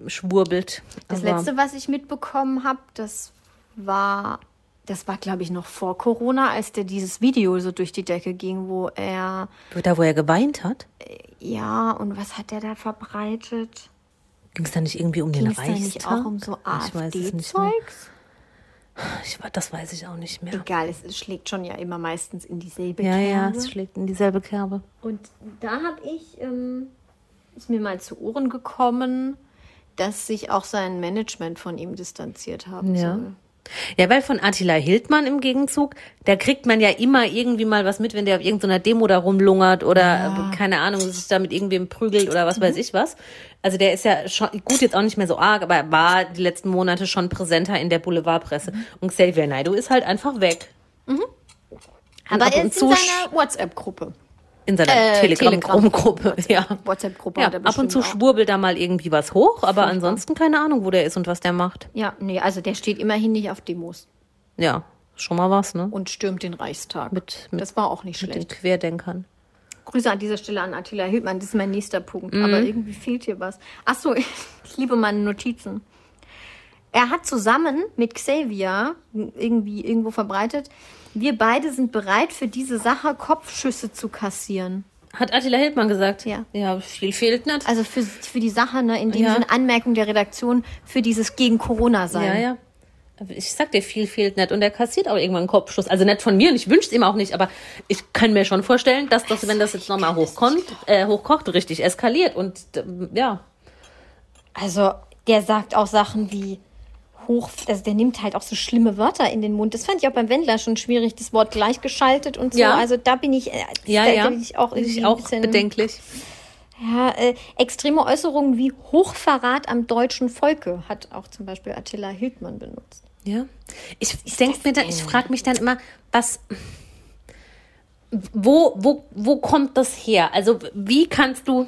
S3: schwurbelt.
S2: Das
S3: Aber-
S2: letzte, was ich mitbekommen habe, das war, das war glaube ich noch vor Corona, als der dieses Video so durch die Decke ging, wo er,
S3: Da, wo er geweint hat,
S2: ja, und was hat der da verbreitet?
S3: ging es da nicht irgendwie um den
S2: Ging es da
S3: Reichstag?
S2: nicht auch um so
S3: ich weiß es nicht mehr.
S2: AfD-Zeugs?
S3: Ich, wa- das weiß ich auch nicht mehr.
S2: Egal, es es schlägt schon ja immer meistens in dieselbe
S3: Ja, ja,
S2: Kerbe.
S3: es schlägt in dieselbe Kerbe.
S2: Und da habe ich, ähm, ist mir mal zu Ohren gekommen, dass sich auch sein Management von ihm distanziert haben
S3: Ja.
S2: soll.
S3: Ja, weil von Attila Hildmann im Gegenzug, da kriegt man ja immer irgendwie mal was mit, wenn der auf irgendeiner Demo da rumlungert oder äh, keine Ahnung, sich da mit irgendwem prügelt oder
S2: Mhm.
S3: was weiß ich was. Also der ist ja schon, gut, jetzt auch nicht mehr so arg, aber er war die letzten Monate schon präsenter in der Boulevardpresse.
S2: Mhm.
S3: Und Xavier Naidoo ist halt einfach weg.
S2: Aber
S3: ab
S2: er
S3: und
S2: ist
S3: zu
S2: in
S3: sch-
S2: seiner WhatsApp-Gruppe.
S3: in seiner
S2: Äh,
S3: Telegram-Gruppe. ja.
S2: WhatsApp-Gruppe
S3: Ja,
S2: hat er
S3: ab und
S2: bestimmt
S3: zu
S2: auch.
S3: schwurbelt da mal irgendwie was hoch, aber ansonsten keine Ahnung, wo der ist und was der macht.
S2: Ja, nee, also der steht immerhin nicht auf Demos
S3: Ja, schon mal was, ne?
S2: und stürmt den Reichstag.
S3: Mit- mit-
S2: das war auch nicht
S3: Mit den
S2: schlecht.
S3: Querdenkern.
S2: Grüße an dieser Stelle an Attila Hildmann, das ist mein nächster Punkt.
S3: Mhm.
S2: Aber irgendwie fehlt hier was. Ach so, ich liebe meine Notizen. Er hat zusammen mit Xavier irgendwie irgendwo verbreitet, wir beide sind bereit für diese Sache Kopfschüsse zu kassieren.
S3: Hat Attila Hildmann gesagt?
S2: Ja.
S3: Ja, viel fehlt nicht.
S2: Also für, für die Sache, ne, in dem
S3: Ja.
S2: Sinne Anmerkung der Redaktion für dieses gegen Corona sein.
S3: ja, ja. Aber Ich sag dir, viel fehlt nicht. Und er kassiert auch irgendwann einen Kopfschuss. Also nicht von mir und ich wünsche es ihm auch nicht, aber ich kann mir schon vorstellen, dass das, wenn das jetzt nochmal hochkommt, äh, hochkocht, richtig eskaliert. Und ähm, ja,
S2: Also, der sagt auch Sachen wie hoch, also der nimmt halt auch so schlimme Wörter in den Mund. Das fand ich auch beim Wendler schon schwierig, das Wort gleichgeschaltet und so.
S3: Ja.
S2: Also da bin ich, äh,
S3: ja,
S2: da
S3: ja.
S2: bin ich auch
S3: Finde
S2: irgendwie
S3: ich
S2: ein
S3: auch
S2: bisschen,
S3: bedenklich.
S2: Ja, äh, extreme Äußerungen wie Hochverrat am deutschen Volke hat auch zum Beispiel Attila Hildmann benutzt.
S3: Ja. Ich, ich denke mir dann, ich frage mich dann immer, was. Wo, wo, wo kommt das her? Also, wie kannst du.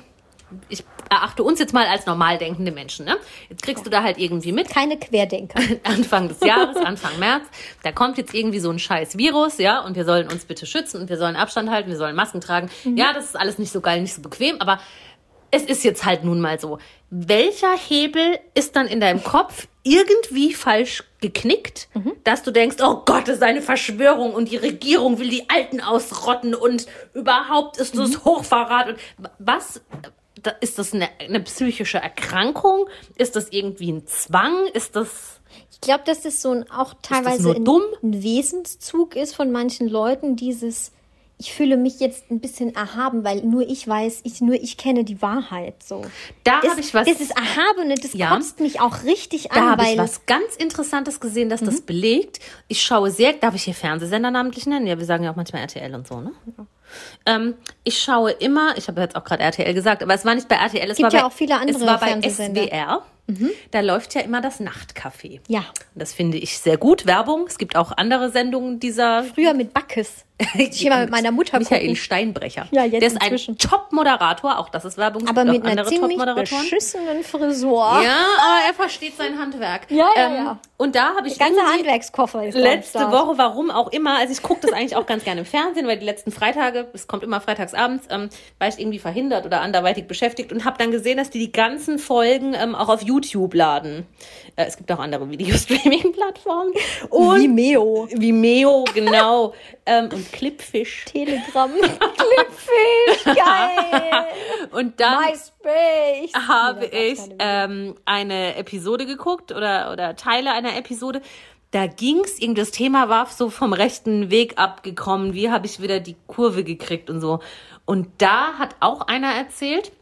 S3: Ich erachte uns jetzt mal als normal denkende Menschen, ne? Jetzt kriegst du da halt irgendwie mit.
S2: Keine Querdenker.
S3: Anfang des Jahres, Anfang März, da kommt jetzt irgendwie so ein scheiß Virus, ja, und wir sollen uns bitte schützen und wir sollen Abstand halten, wir sollen Masken tragen. Ja, das ist alles nicht so geil, nicht so bequem, aber es ist jetzt halt nun mal so. Welcher Hebel ist dann in deinem Kopf irgendwie falsch geknickt, dass du denkst, oh Gott, das ist eine Verschwörung und die Regierung will die Alten ausrotten und überhaupt ist das Hochverrat und was? Da- Ist das eine, eine psychische Erkrankung? Ist das irgendwie ein Zwang? Ist das
S2: Ich glaube, dass das so ein, auch teilweise
S3: nur
S2: ein,
S3: dumm?
S2: ein Wesenszug ist von manchen Leuten, dieses ich fühle mich jetzt ein bisschen erhaben, weil nur ich weiß, ich nur ich kenne die Wahrheit so.
S3: Da
S2: Das-
S3: habe ich was.
S2: Das ist Erhabene, das
S3: Ja.
S2: kotzt mich auch richtig
S3: da
S2: an,
S3: habe ich
S2: weil Mhm.
S3: was ganz Interessantes gesehen, dass das belegt. Ich schaue sehr, darf ich hier Fernsehsender namentlich nennen? Ja, wir sagen ja auch manchmal RTL und so, ne? Ähm, ich schaue immer, ich habe jetzt auch gerade RTL gesagt, aber es war nicht bei RTL, es
S2: Gibt
S3: war
S2: ja
S3: bei,
S2: auch viele andere
S3: es war bei
S2: Fernsehsender. Mhm.
S3: SWR. Da läuft ja immer das Nachtcafé.
S2: Ja.
S3: Das finde ich sehr gut. Werbung. Es gibt auch andere Sendungen dieser
S2: früher mit Backes. Ich immer mit meiner Mutter
S3: Michael
S2: gucken.
S3: Steinbrecher.
S2: Ja, jetzt
S3: der ist
S2: inzwischen.
S3: ein Top-Moderator, auch das ist Werbung. Es
S2: aber
S3: gibt auch
S2: mit einer
S3: andere
S2: ziemlich
S3: Top-Moderatoren.
S2: beschissenen Frisur.
S3: Ja, aber er versteht sein Handwerk.
S2: Ah.
S3: Ähm,
S2: Ja, ja, ja.
S3: Und da habe ich
S2: Der ganze
S3: irgendwie
S2: Handwerkskoffer ist
S3: letzte
S2: Samstag.
S3: Woche, warum auch immer, also ich gucke das eigentlich auch ganz gerne im Fernsehen, weil die letzten Freitage, es kommt immer freitags abends, ähm, war ich irgendwie verhindert oder anderweitig beschäftigt und habe dann gesehen, dass die die ganzen Folgen ähm, auch auf YouTube laden. Äh, es gibt auch andere Videostreaming-Plattformen. Und
S2: Vimeo,
S3: Vimeo, genau. ähm, und Clipfish.
S2: Telegram, Clipfish, geil,
S3: Und dann...
S2: MySpace.
S3: habe
S2: Nee, da
S3: ich
S2: gab's keine
S3: ähm, eine Episode geguckt oder, oder Teile einer Episode. Da ging's es, das Thema war so vom rechten Weg abgekommen, wie habe ich wieder die Kurve gekriegt und so. Und da hat auch einer erzählt,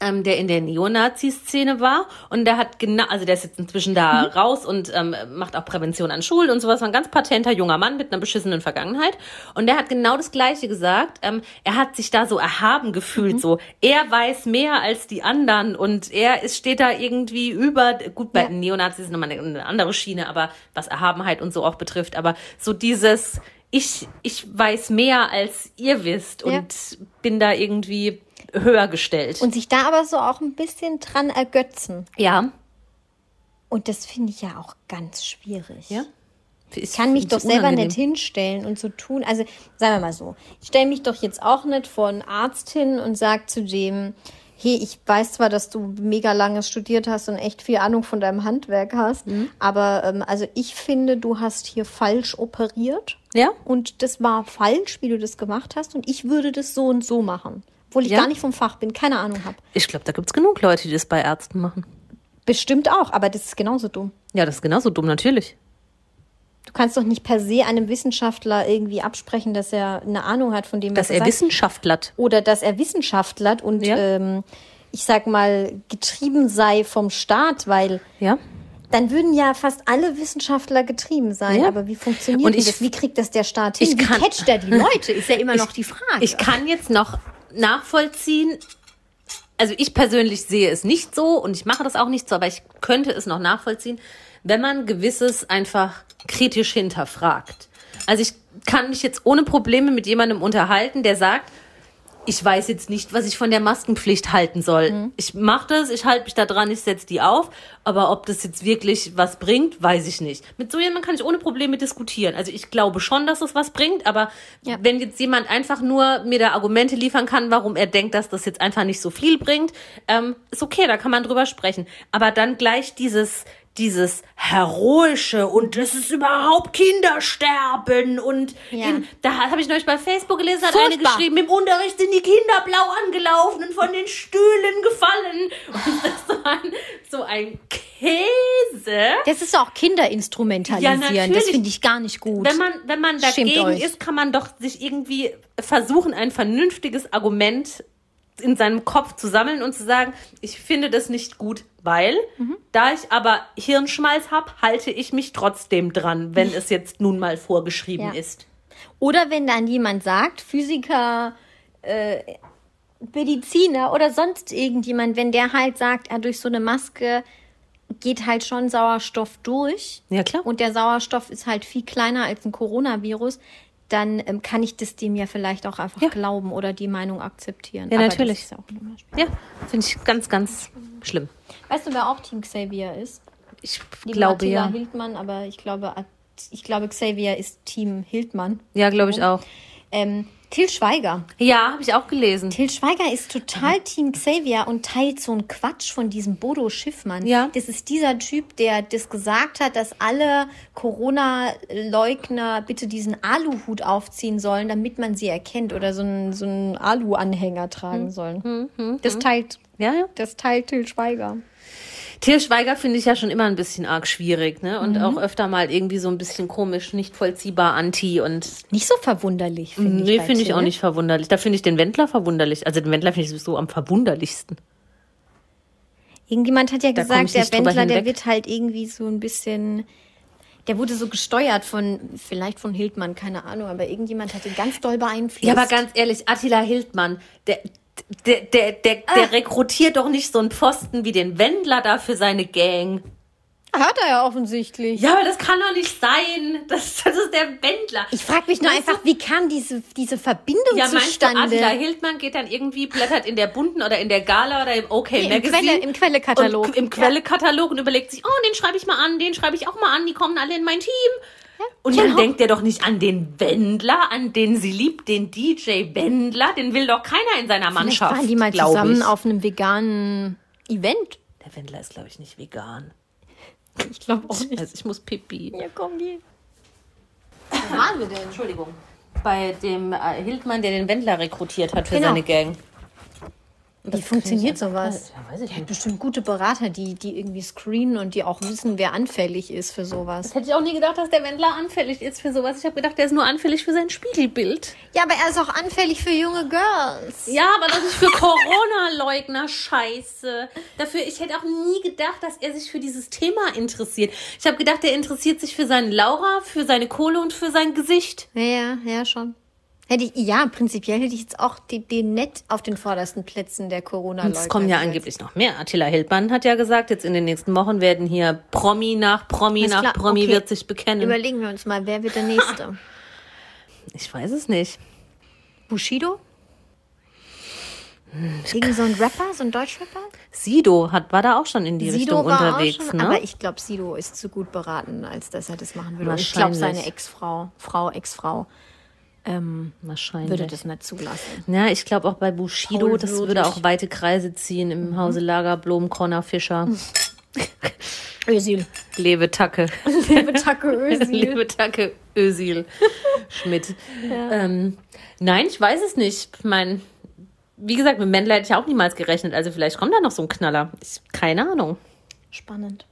S3: ähm, der in der Neonazi-Szene war und der hat genau, also der ist jetzt inzwischen da
S2: Mhm.
S3: raus und ähm, macht auch Prävention an Schulen und sowas, war ein ganz patenter junger Mann mit einer beschissenen Vergangenheit und der hat genau das Gleiche gesagt, ähm, er hat sich da so erhaben gefühlt,
S2: Mhm.
S3: so, er weiß mehr als die anderen und er ist, steht da irgendwie über, gut, bei
S2: Ja.
S3: Neonazis ist nochmal eine, eine andere Schiene, aber was Erhabenheit und so auch betrifft, aber so dieses, ich, ich weiß mehr als ihr wisst
S2: Ja.
S3: und bin da irgendwie höher gestellt.
S2: Und sich da aber so auch ein bisschen dran ergötzen.
S3: Ja.
S2: Und das finde ich ja auch ganz schwierig.
S3: Ja.
S2: Ich kann mich doch selber nicht hinstellen und so tun. Also sagen wir mal so, ich stelle mich doch jetzt auch nicht vor einen Arzt hin und sage zu dem, hey, ich weiß zwar, dass du mega lange studiert hast und echt viel Ahnung von deinem Handwerk hast,
S3: Mhm.
S2: aber ähm, also ich finde, du hast hier falsch operiert.
S3: Ja?
S2: Und das war falsch, wie du das gemacht hast. Und ich würde das so und so machen. Obwohl ich
S3: Ja?
S2: gar nicht vom Fach bin, keine Ahnung habe.
S3: Ich glaube, da gibt's genug Leute, die das bei Ärzten machen.
S2: Bestimmt auch, aber das ist genauso dumm.
S3: Ja, das ist genauso dumm, natürlich.
S2: Du kannst doch nicht per se einem Wissenschaftler irgendwie absprechen, dass er eine Ahnung hat von dem,
S3: Dass
S2: was
S3: er
S2: sagt.
S3: Wissenschaftlert.
S2: oder dass er Wissenschaftlert und
S3: Ja.
S2: ähm, ich sag mal getrieben sei vom Staat, weil
S3: Ja?
S2: dann würden ja fast alle Wissenschaftler getrieben sein.
S3: Ja.
S2: Aber wie funktioniert
S3: Und
S2: denn
S3: ich-
S2: das? Wie kriegt das der Staat hin?
S3: Ich
S2: wie
S3: kann-
S2: catcht er die Leute? Ist Ah, ja immer noch die Frage.
S3: Ich kann jetzt noch nachvollziehen. Also ich persönlich sehe es nicht so und ich mache das auch nicht so, aber ich könnte es noch nachvollziehen, wenn man gewisses einfach kritisch hinterfragt. Also ich kann mich jetzt ohne Probleme mit jemandem unterhalten, der sagt, ich weiß jetzt nicht, was ich von der Maskenpflicht halten soll. Ich mache das, ich halte mich da dran, ich setze die auf, aber ob das jetzt wirklich was bringt, weiß ich nicht. Mit so jemandem kann ich ohne Probleme diskutieren. Also ich glaube schon, dass es was bringt, aber wenn jetzt jemand einfach nur mir da Argumente liefern kann, warum er denkt, dass das jetzt einfach nicht so viel bringt, ähm, ist okay, da kann man drüber sprechen. Aber dann gleich dieses dieses heroische und es ist überhaupt Kindersterben und
S2: Ja.
S3: in, da habe ich neulich bei Facebook gelesen, hat eine
S2: Furchtbar.
S3: geschrieben, im Unterricht sind die Kinder blau angelaufen und von den Stühlen gefallen. Und das war ein, so ein Käse.
S5: Das ist auch Kinderinstrumentalisieren.
S3: Ja,
S5: das
S3: natürlich.
S5: finde ich gar nicht gut.
S3: Wenn man, wenn man
S5: Schämt
S3: dagegen
S5: euch.
S3: ist, kann man doch sich irgendwie versuchen, ein vernünftiges Argument in seinem Kopf zu sammeln und zu sagen, ich finde das nicht gut, weil da ich aber Hirnschmalz habe, halte ich mich trotzdem dran, wenn es jetzt nun mal vorgeschrieben
S2: Ja.
S3: ist.
S2: Oder wenn dann jemand sagt, Physiker, äh, Mediziner oder sonst irgendjemand, wenn der halt sagt, er durch so eine Maske geht halt schon Sauerstoff durch.
S3: Ja, klar.
S2: Und der Sauerstoff ist halt viel kleiner als ein Coronavirus. Dann ähm, kann ich das dem ja vielleicht auch einfach
S3: Ja.
S2: glauben oder die Meinung akzeptieren.
S3: Ja,
S2: Aber
S3: natürlich.
S2: Das ist ja auch immer schwierig.
S3: Ja, finde ich ganz, ganz schlimm.
S2: weißt du, wer auch Team Xavier ist?
S3: Ich
S2: Die
S3: glaube
S2: Martina
S3: ja.
S2: Hildmann, aber ich glaube, äh, ich glaube, Xavier ist Team Hildmann.
S3: Ja, glaube ich auch.
S2: Ähm, Till Schweiger.
S3: Ja, habe ich auch gelesen.
S2: Till Schweiger ist total Team Xavier und teilt so einen Quatsch von diesem Bodo Schiffmann.
S3: Ja.
S2: Das ist dieser Typ, der das gesagt hat, dass alle Corona-Leugner bitte diesen Aluhut aufziehen sollen, damit man sie erkennt oder so einen, so einen Alu-Anhänger tragen sollen. Das teilt,
S3: Ja, ja.
S2: das teilt Till Schweiger.
S3: Till Schweiger finde ich ja schon immer ein bisschen arg schwierig, ne? Und auch öfter mal irgendwie so ein bisschen komisch, nicht vollziehbar, anti und
S2: Nicht so verwunderlich, Hm, finde ich.
S3: nee,
S2: bei
S3: finde ich
S2: Till.
S3: auch nicht verwunderlich. Da finde ich den Wendler verwunderlich. Also den Wendler finde ich sowieso am verwunderlichsten.
S2: Irgendjemand hat ja
S3: Da komm ich
S2: gesagt, der
S3: nicht drüber
S2: Wendler, der
S3: hinweg.
S2: wird halt irgendwie so ein bisschen. Der wurde so gesteuert von, vielleicht von Hildmann, keine Ahnung, aber irgendjemand hat ihn ganz doll beeinflusst.
S3: Ja, aber ganz ehrlich, Attila Hildmann, der der, der, der, der rekrutiert doch nicht so einen Posten wie den Wendler da für seine Gang.
S2: Hört er ja offensichtlich.
S3: Ja, aber das kann doch nicht sein. Das, das ist der Wendler.
S2: Ich frage mich nur einfach, wie kam diese, diese Verbindung
S3: Ja, meinst du, Attila
S2: zustande?
S3: Hildmann geht dann irgendwie, blättert in der bunten oder in der Gala oder im OK
S2: im
S3: Magazine.
S2: Quelle- im Quellekatalog.
S3: ne, Und, im Quellekatalog und überlegt sich, oh, den schreibe ich mal an, den schreibe ich auch mal an, die kommen alle in mein Team. und dann
S2: genau.
S3: denkt er doch nicht an den Wendler, an den sie liebt, den DJ Wendler. Den will doch keiner in seiner
S2: Vielleicht
S3: Mannschaft,
S2: waren die mal
S3: glaub
S2: zusammen
S3: ich.
S2: auf einem veganen Event.
S3: Der Wendler ist, glaube ich, nicht vegan.
S2: Ich glaube auch nicht.
S3: Also ich muss pipi.
S2: Ja, komm, geh.
S3: waren wir denn? Entschuldigung. Bei dem äh, Hildmann, der den Wendler rekrutiert hat für
S2: Genau.
S3: seine Gang.
S2: Wie funktioniert sowas?
S3: Ja, weiß ich nicht.
S2: Bestimmt gute Berater, die, die irgendwie screenen und die auch wissen, wer anfällig ist für sowas.
S3: Hätte ich auch nie gedacht, dass der Wendler anfällig ist für sowas. Ich habe gedacht, der ist nur anfällig für sein Spiegelbild.
S2: Ja, aber er ist auch anfällig für junge Girls.
S3: Ja, aber das ist für Corona-Leugner scheiße. Dafür, ich hätte auch nie gedacht, dass er sich für dieses Thema interessiert. Ich habe gedacht, er interessiert sich für seinen Laura, für seine Kohle und für sein Gesicht.
S2: Ja, ja, ja, schon. Hätte ich, ja, prinzipiell hätte ich jetzt auch die- den nett auf den vordersten Plätzen der
S3: Und
S2: Corona-Leute.
S3: es kommen ja angeblich noch mehr. Attila Hildmann hat ja gesagt, jetzt in den nächsten Wochen werden hier Promi nach Promi
S2: Alles
S3: nach
S2: klar,
S3: Promi
S2: okay.
S3: wird sich bekennen.
S2: Überlegen wir uns mal, wer wird der Nächste?
S3: ich weiß es nicht.
S2: Bushido?
S3: Hm,
S2: Irgend so ein Rapper, so ein Deutschrapper?
S3: Sido hat, war da auch schon in die Richtung
S2: war auch
S3: unterwegs,
S2: schon,
S3: ne?
S2: aber ich glaube, Sido ist zu gut beraten, als dass er das machen würde. Und ich glaube,
S3: Wahrscheinlich.
S2: seine Ex-Frau, Frau, Ex-Frau, ähm,
S3: Wahrscheinlich.
S2: würde das nicht zulassen.
S3: Ja, ich glaube auch bei Bushido,
S2: Paul Mhm.
S3: das
S2: Würdig.
S3: würde auch weite Kreise ziehen im Hause Lagerblom, Connor Fischer,
S2: Mhm. Özil.
S3: Lewe Tacke,
S2: Liebe Tacke Özil.
S3: Lewe Tacke, Ösil, Schmidt. Ähm, nein, ich weiß es nicht. Ich mein, wie gesagt, mit Mendler hätte ich auch niemals gerechnet. Also vielleicht kommt da noch so ein Knaller. Ich, keine Ahnung.
S2: Spannend.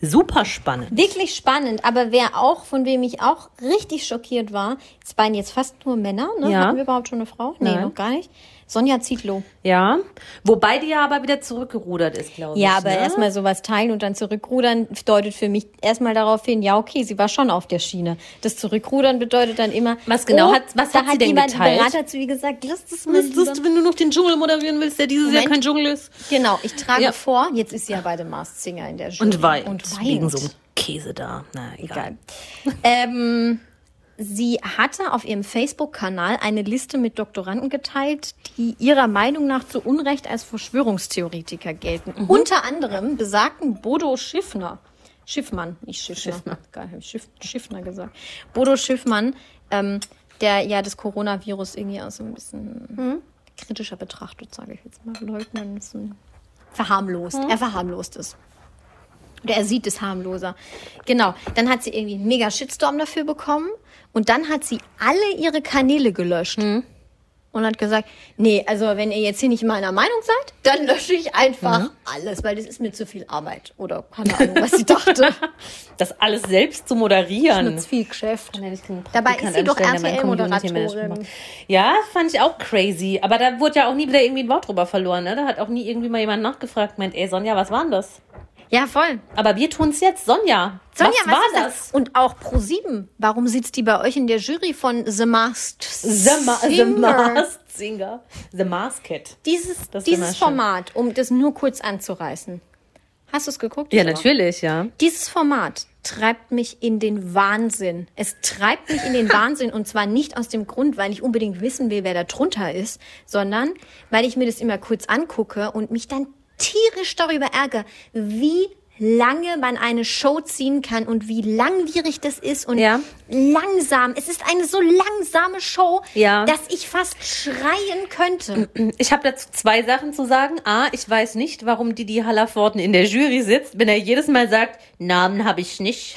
S3: Super spannend.
S2: Wirklich spannend, aber wer auch, von wem ich auch richtig schockiert war, es waren jetzt fast nur Männer, ne?
S3: Ja.
S2: Hatten wir überhaupt schon eine Frau? Nee,
S3: Nein.
S2: noch gar nicht. Sonja Zietlow.
S3: Ja. Wobei die ja aber wieder zurückgerudert ist, glaube ich.
S2: Ja, aber
S3: ne?
S2: erstmal sowas teilen und dann zurückrudern deutet für mich erstmal darauf hin, ja, okay, sie war schon auf der Schiene. Das Zurückrudern bedeutet dann immer. oh,
S3: Was genau hat- was
S2: da
S3: hat sie denn
S2: jemand
S3: geteilt?
S2: Berater zu ihr gesagt, lass das mal.
S3: Das
S2: Lieber.
S3: ist, wenn du noch den Dschungel moderieren willst, der dieses Jahr
S2: Moment.
S3: kein Dschungel ist.
S2: Genau, ich trage
S3: Ja.
S2: vor, jetzt ist sie ja bei The Masked Singer in der Jury.
S3: Und weint.
S2: Und weint.
S3: Wegen so einem Käse da. Na, egal.
S2: Egal. ähm, sie hatte auf ihrem Facebook-Kanal eine Liste mit Doktoranden geteilt, die ihrer Meinung nach zu Unrecht als Verschwörungstheoretiker gelten. Unter anderem besagten Bodo Schiffner. Schiffmann, nicht Schiffner. Schiffner. Geil, hab ich Schiff, Schiffner gesagt. Bodo Schiffmann, ähm, der ja das Coronavirus irgendwie auch so ein bisschen kritischer betrachtet, sage ich jetzt mal, leugnen müssen. Verharmlost. Er verharmlost es. Oder er sieht es harmloser. Genau. Dann hat sie irgendwie einen mega Shitstorm dafür bekommen. Und dann hat sie alle ihre Kanäle gelöscht.
S3: Mhm.
S2: Und hat gesagt, nee, also wenn ihr jetzt hier nicht meiner Meinung seid, dann lösche ich einfach
S3: Mhm.
S2: alles, weil das ist mir zu viel Arbeit. Oder keine Ahnung, was sie dachte.
S3: Das alles selbst zu moderieren.
S2: Das ist viel Geschäft.
S3: Dann hätte ich einen
S2: Dabei
S3: Praktikant
S2: ist sie doch
S3: anstellen, der mein
S2: RTL-Moderatorin.
S3: Community-Management macht. Ja, fand ich auch crazy. Aber da wurde ja auch nie wieder irgendwie ein Wort drüber verloren. Ne? Da hat auch nie irgendwie mal jemand nachgefragt. Meint, ey Sonja, was war denn das?
S2: Ja, voll.
S3: Aber wir tun's jetzt. Sonja,
S2: Sonja,
S3: was, war
S2: ist
S3: das?
S2: Und auch Pro7. Warum sitzt die bei euch in der Jury von The Masked
S3: The, Ma
S2: Singer?
S3: the Masked Singer. The Masked.
S2: Dieses,
S3: Das ist immer
S2: dieses
S3: schön.
S2: Format, um das nur kurz anzureißen. Hast du es geguckt? Ich auch.
S3: ja.
S2: Dieses Format treibt mich in den Wahnsinn. Es treibt mich in den Wahnsinn und zwar nicht aus dem Grund, weil ich unbedingt wissen will, wer da drunter ist, sondern weil ich mir das immer kurz angucke und mich dann tierisch darüber ärgere, wie lange man eine Show ziehen kann und wie langwierig das ist und
S3: Ja.
S2: langsam. Es ist eine so langsame Show,
S3: Ja.
S2: dass ich fast schreien könnte.
S3: Ich habe dazu zwei Sachen zu sagen. A, ich weiß nicht, warum Didi Hallervorden in der Jury sitzt, wenn er jedes Mal sagt, Namen habe ich nicht.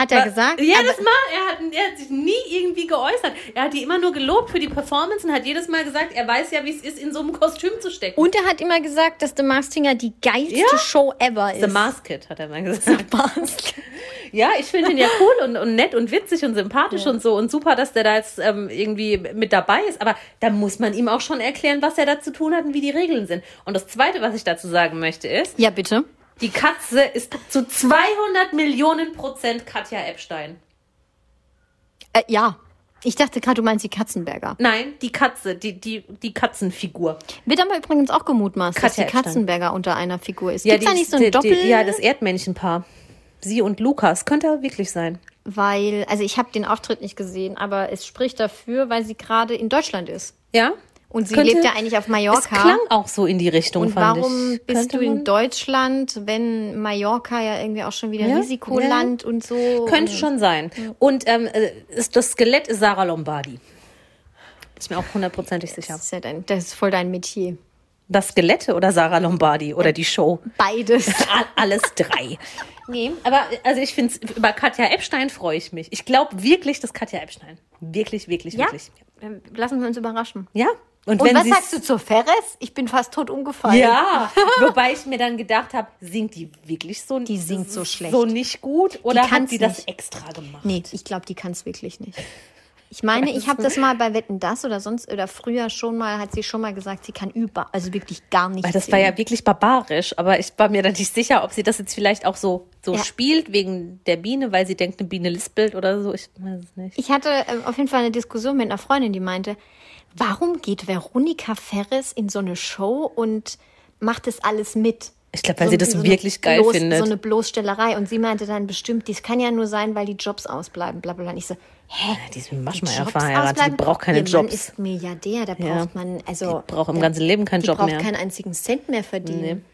S2: Hat er gesagt?
S3: Jedes Mal, er hat, er hat sich nie irgendwie geäußert. Er hat die immer nur gelobt für die Performance und hat jedes Mal gesagt, er weiß ja, wie es ist, in so einem Kostüm zu stecken.
S2: Und er hat immer gesagt, dass The Masked Singer die geilste
S3: Ja.
S2: Show ever ist.
S3: The Masked, hat er mal gesagt.
S2: Masked.
S3: Ja, ich finde ihn ja cool und, und nett und witzig und sympathisch und so und super, dass der da jetzt ähm, irgendwie mit dabei ist. Aber da muss man ihm auch schon erklären, was er da zu tun hat und wie die Regeln sind. Und das Zweite, was ich dazu sagen möchte, ist,
S2: Ja, bitte.
S3: die Katze ist zu 200 Millionen Prozent Katja Epstein.
S2: Äh, ja. Ich dachte gerade, du meinst die Katzenberger.
S3: Nein, die Katze, die, die, die Katzenfigur.
S2: Wird aber übrigens auch gemutmaßt, dass die
S3: Katja Epstein.
S2: Katzenberger unter einer Figur ist.
S3: Ja,
S2: Gibt's da
S3: die-
S2: nicht so ein
S3: die-
S2: Doppel?
S3: Die, ja, das Erdmännchenpaar. Sie und Lukas. Könnte aber wirklich sein.
S2: weil, also ich habe den Auftritt nicht gesehen, aber es spricht dafür, weil sie gerade in Deutschland ist.
S3: Ja?
S2: Und sie
S3: Könnte-
S2: lebt ja eigentlich auf
S3: Es
S2: Mallorca.
S3: klang auch so in die Richtung,
S2: und
S3: fand
S2: warum
S3: ich.
S2: bist
S3: Könnte
S2: du in
S3: man-
S2: Deutschland, wenn Mallorca ja irgendwie auch schon wieder
S3: Ja,
S2: Risikoland und so?
S3: Könnte
S2: und,
S3: schon sein. Und ähm, äh, ist, das Skelett ist Sarah Lombardi. Ist mir auch hundertprozentig sicher.
S2: das ist ja dein, das ist voll dein Metier.
S3: Das Skelette oder Sarah Lombardi oder die Show?
S2: Beides.
S3: A- Alles drei. Nee, aber also ich finde über Katja Epstein freue ich mich. Ich glaube wirklich, dass Katja Epstein. Wirklich, wirklich,
S2: Ja?
S3: wirklich.
S2: Dann Lassen wir uns überraschen.
S3: Ja.
S2: Und was
S3: sie's-
S2: sagst du zur Ferres? Ich bin fast tot umgefallen.
S3: Ja, wobei ich mir dann gedacht habe, singt die wirklich so
S2: Die singt so schlecht.
S3: so nicht gut oder hat
S2: kann's
S3: sie das
S2: nicht.
S3: extra gemacht?
S2: Nee, ich glaube, die kann es wirklich nicht. Ich meine, ich habe das mal bei Wetten das oder sonst oder früher schon mal, hat sie schon mal gesagt, sie kann über, also wirklich gar nicht.
S3: Weil das war
S2: singen.
S3: ja wirklich barbarisch, aber ich war mir dann nicht sicher, ob sie das jetzt vielleicht auch so, so
S2: Ja.
S3: spielt wegen der Biene, weil sie denkt, eine Biene lispelt oder so. Ich weiß es nicht.
S2: ich hatte ähm, auf jeden Fall eine Diskussion mit einer Freundin, die meinte, warum geht Veronika Ferres in so eine Show und macht das alles mit?
S3: Ich glaube, weil sie das wirklich geil
S2: bloß,
S3: findet.
S2: So eine Bloßstellerei. Und sie meinte dann bestimmt, das kann ja nur sein, weil die Jobs ausbleiben, bla bla bla. Und ich so, hä?
S3: die ist mit dem Maschmeyer
S2: Jobs
S3: verheiratet, die
S2: ausbleiben?
S3: braucht keine
S2: Ihr Mann
S3: Jobs.
S2: ist Milliardär, da braucht man, also.
S3: Die braucht im
S2: da-
S3: ganzen Leben keinen
S2: die
S3: Job
S2: braucht
S3: mehr.
S2: keinen einzigen Cent mehr verdienen.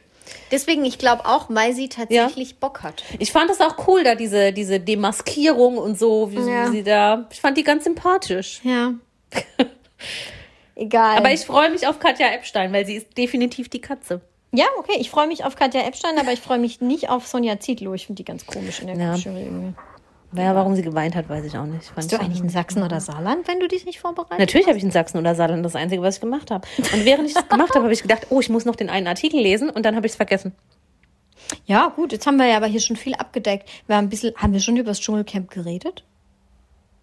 S5: Deswegen, ich glaube auch, weil sie tatsächlich Bock hat.
S3: Ich fand es auch cool, da diese, diese Demaskierung und so, wie
S2: Ja.
S3: sie da. Ich fand die ganz sympathisch.
S2: Ja. Egal.
S3: Aber ich freue mich auf Katja Epstein, weil sie ist definitiv die Katze.
S2: ja, okay, ich freue mich auf Katja Epstein, aber ich freue mich nicht auf Sonja Zietlow. Ich finde die ganz komisch in der
S3: Ja.
S2: Jury irgendwie.
S3: Naja, warum sie geweint hat, weiß ich auch nicht. Fand
S2: Bist du
S3: ich-
S2: eigentlich in Sachsen oder Saarland, wenn du dich nicht vorbereitest?
S3: Natürlich habe ich in Sachsen oder Saarland das Einzige, was ich gemacht habe. Und während ich das gemacht habe, habe ich gedacht, oh, ich muss noch den einen Artikel lesen und dann habe ich es vergessen.
S2: Ja, gut, jetzt haben wir ja aber hier schon viel abgedeckt. Wir haben ein bisschen, haben wir schon über das Dschungelcamp geredet?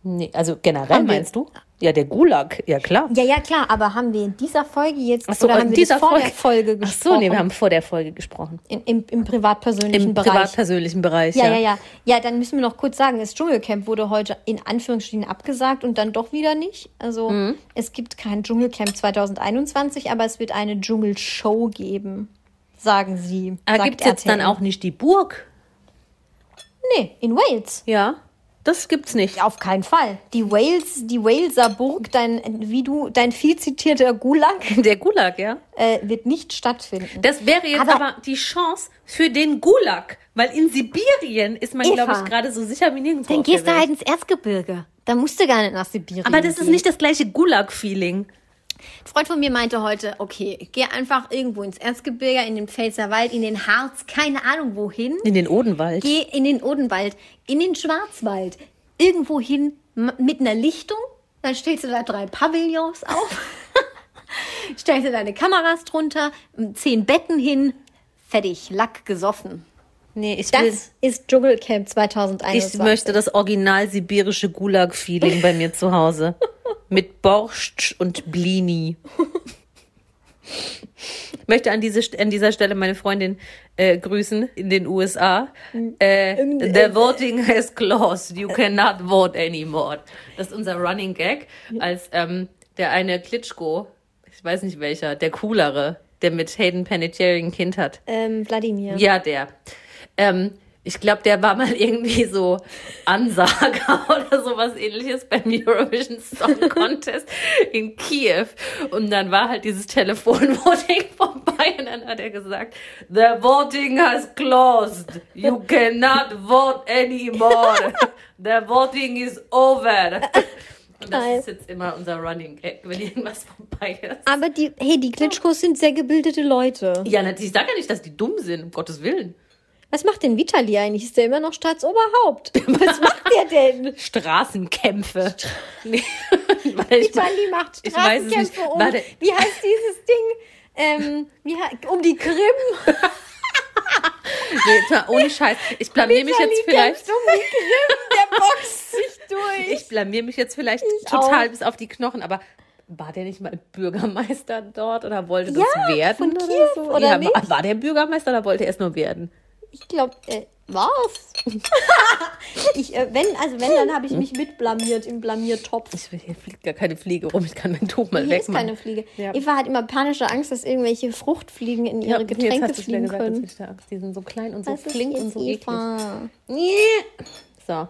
S3: Nee, also generell
S2: Haben wir-
S3: meinst du? Ja, der Gulag, ja klar.
S2: Ja, ja, klar, aber haben wir in dieser Folge jetzt
S3: Ach so,
S2: oder
S3: in
S2: haben wir
S3: dieser
S2: das vor der
S3: Folge-
S2: Folge
S3: Ach
S2: gesprochen?
S3: so, nee, wir haben vor der Folge gesprochen.
S2: in, im, im privatpersönlichen
S3: Im
S2: Bereich.
S3: privatpersönlichen Bereich,
S2: ja, ja, ja. Ja, dann müssen wir noch kurz sagen, das Dschungelcamp wurde heute in Anführungsstrichen abgesagt und dann doch wieder nicht. Also
S3: Mhm.
S2: es gibt kein Dschungelcamp 2021, aber es wird eine Dschungelshow geben, sagen sie.
S3: Aber
S2: sagt
S3: gibt es Ah, jetzt
S2: RTL.
S3: dann auch nicht die Burg?
S2: Nee, in Wales.
S3: Ja, das gibt's nicht.
S2: Auf keinen Fall. Die Wales, die Waleser Burg, dein, wie du, dein viel zitierter Gulag,
S3: Der Gulag, ja.
S2: äh, wird nicht stattfinden.
S3: Das wäre jetzt aber,
S2: Aber-
S3: die Chance für den Gulag, weil in Sibirien ist man,
S2: Eva.
S3: glaube ich, gerade so sicher wie nirgendwo.
S2: dann
S3: auf der
S2: gehst du
S3: Welt.
S2: halt ins Erzgebirge. Da musst du gar nicht nach Sibirien.
S3: aber das ist
S2: gehen.
S3: nicht das gleiche Gulag-Feeling.
S2: Ein Freund von mir meinte heute, okay, ich geh einfach irgendwo ins Erzgebirge, in den Pfälzerwald, in den Harz, keine Ahnung wohin.
S3: In den Odenwald.
S2: Geh in den Odenwald, in den Schwarzwald, irgendwo hin m- mit einer Lichtung. Dann stellst du da drei Pavillons auf, stellst du deine Kameras drunter, m, zehn Betten hin, fertig, Lack gesoffen.
S3: Nee, ich, will,
S2: Das ist Dschungelcamp
S3: ich
S2: 2021.
S3: möchte das original sibirische Gulag-Feeling bei mir zu Hause. Mit Borscht und Blini. Ich möchte an, diese, St- an dieser Stelle meine Freundin äh, grüßen in den USA. Äh, the voting has closed. You cannot vote anymore. Das ist unser Running Gag, als ähm, der eine Klitschko, ich weiß nicht welcher, der coolere, der mit Hayden Panettiere ein Kind hat.
S2: Ähm, Wladimir.
S3: Ja, der. Ähm, ich glaube, der war mal irgendwie so Ansager oder sowas ähnliches beim Eurovision Song Contest in Kiew. Und dann war halt dieses Telefonvoting vorbei und dann hat er gesagt, The voting has closed. You cannot vote anymore. The voting is over. Und das ist jetzt immer unser Running Gag, wenn irgendwas vorbei ist.
S2: Aber die, hey, die Klitschkos sind sehr gebildete Leute.
S3: Ja, natürlich, ich sage ja nicht, dass die dumm sind, um Gottes Willen.
S2: Was macht denn Vitali eigentlich? Ist der immer noch Staatsoberhaupt? Was macht der denn?
S3: Straßenkämpfe. Nee, weil ich mein-
S2: Vitali macht
S3: ich weiß es nicht.
S2: Straßenkämpfe um.
S3: Warte.
S2: Wie heißt dieses Ding? Ähm, wie hei- um die Krim.
S3: nee, jetzt mal ohne Scheiß. Ich blamier mich jetzt vielleicht.
S2: kämpft um die Krim. Der boxt sich durch.
S3: Ich blamier mich jetzt vielleicht
S2: Ich
S3: total
S2: auch.
S3: bis auf die Knochen, aber war der nicht mal Bürgermeister dort oder wollte das
S2: Ja,
S3: werden
S2: von
S3: oder
S2: Kiew,
S3: so?
S2: oder
S3: ja,
S2: nicht?
S3: war- war der Bürgermeister oder wollte er es nur werden?
S2: Ich glaube, äh, was? ich, äh, wenn, also wenn, dann habe ich
S3: Hm.
S2: mich mitblamiert im Blamiertopf.
S3: Ich will, hier fliegt gar keine Fliege rum, ich kann mein Tuch mal
S2: Hier ist
S3: wegmachen.
S2: keine Fliege. Eva hat immer panische Angst, dass irgendwelche Fruchtfliegen in
S3: Ja,
S2: ihre
S3: jetzt
S2: Getränke
S3: hast du's wieder
S2: fliegen
S3: gesagt, jetzt
S2: können.
S3: hab ich da Angst. Die sind so klein und so
S2: Das ist
S3: flink und
S2: jetzt
S3: so eklig.
S2: Eva.
S3: So.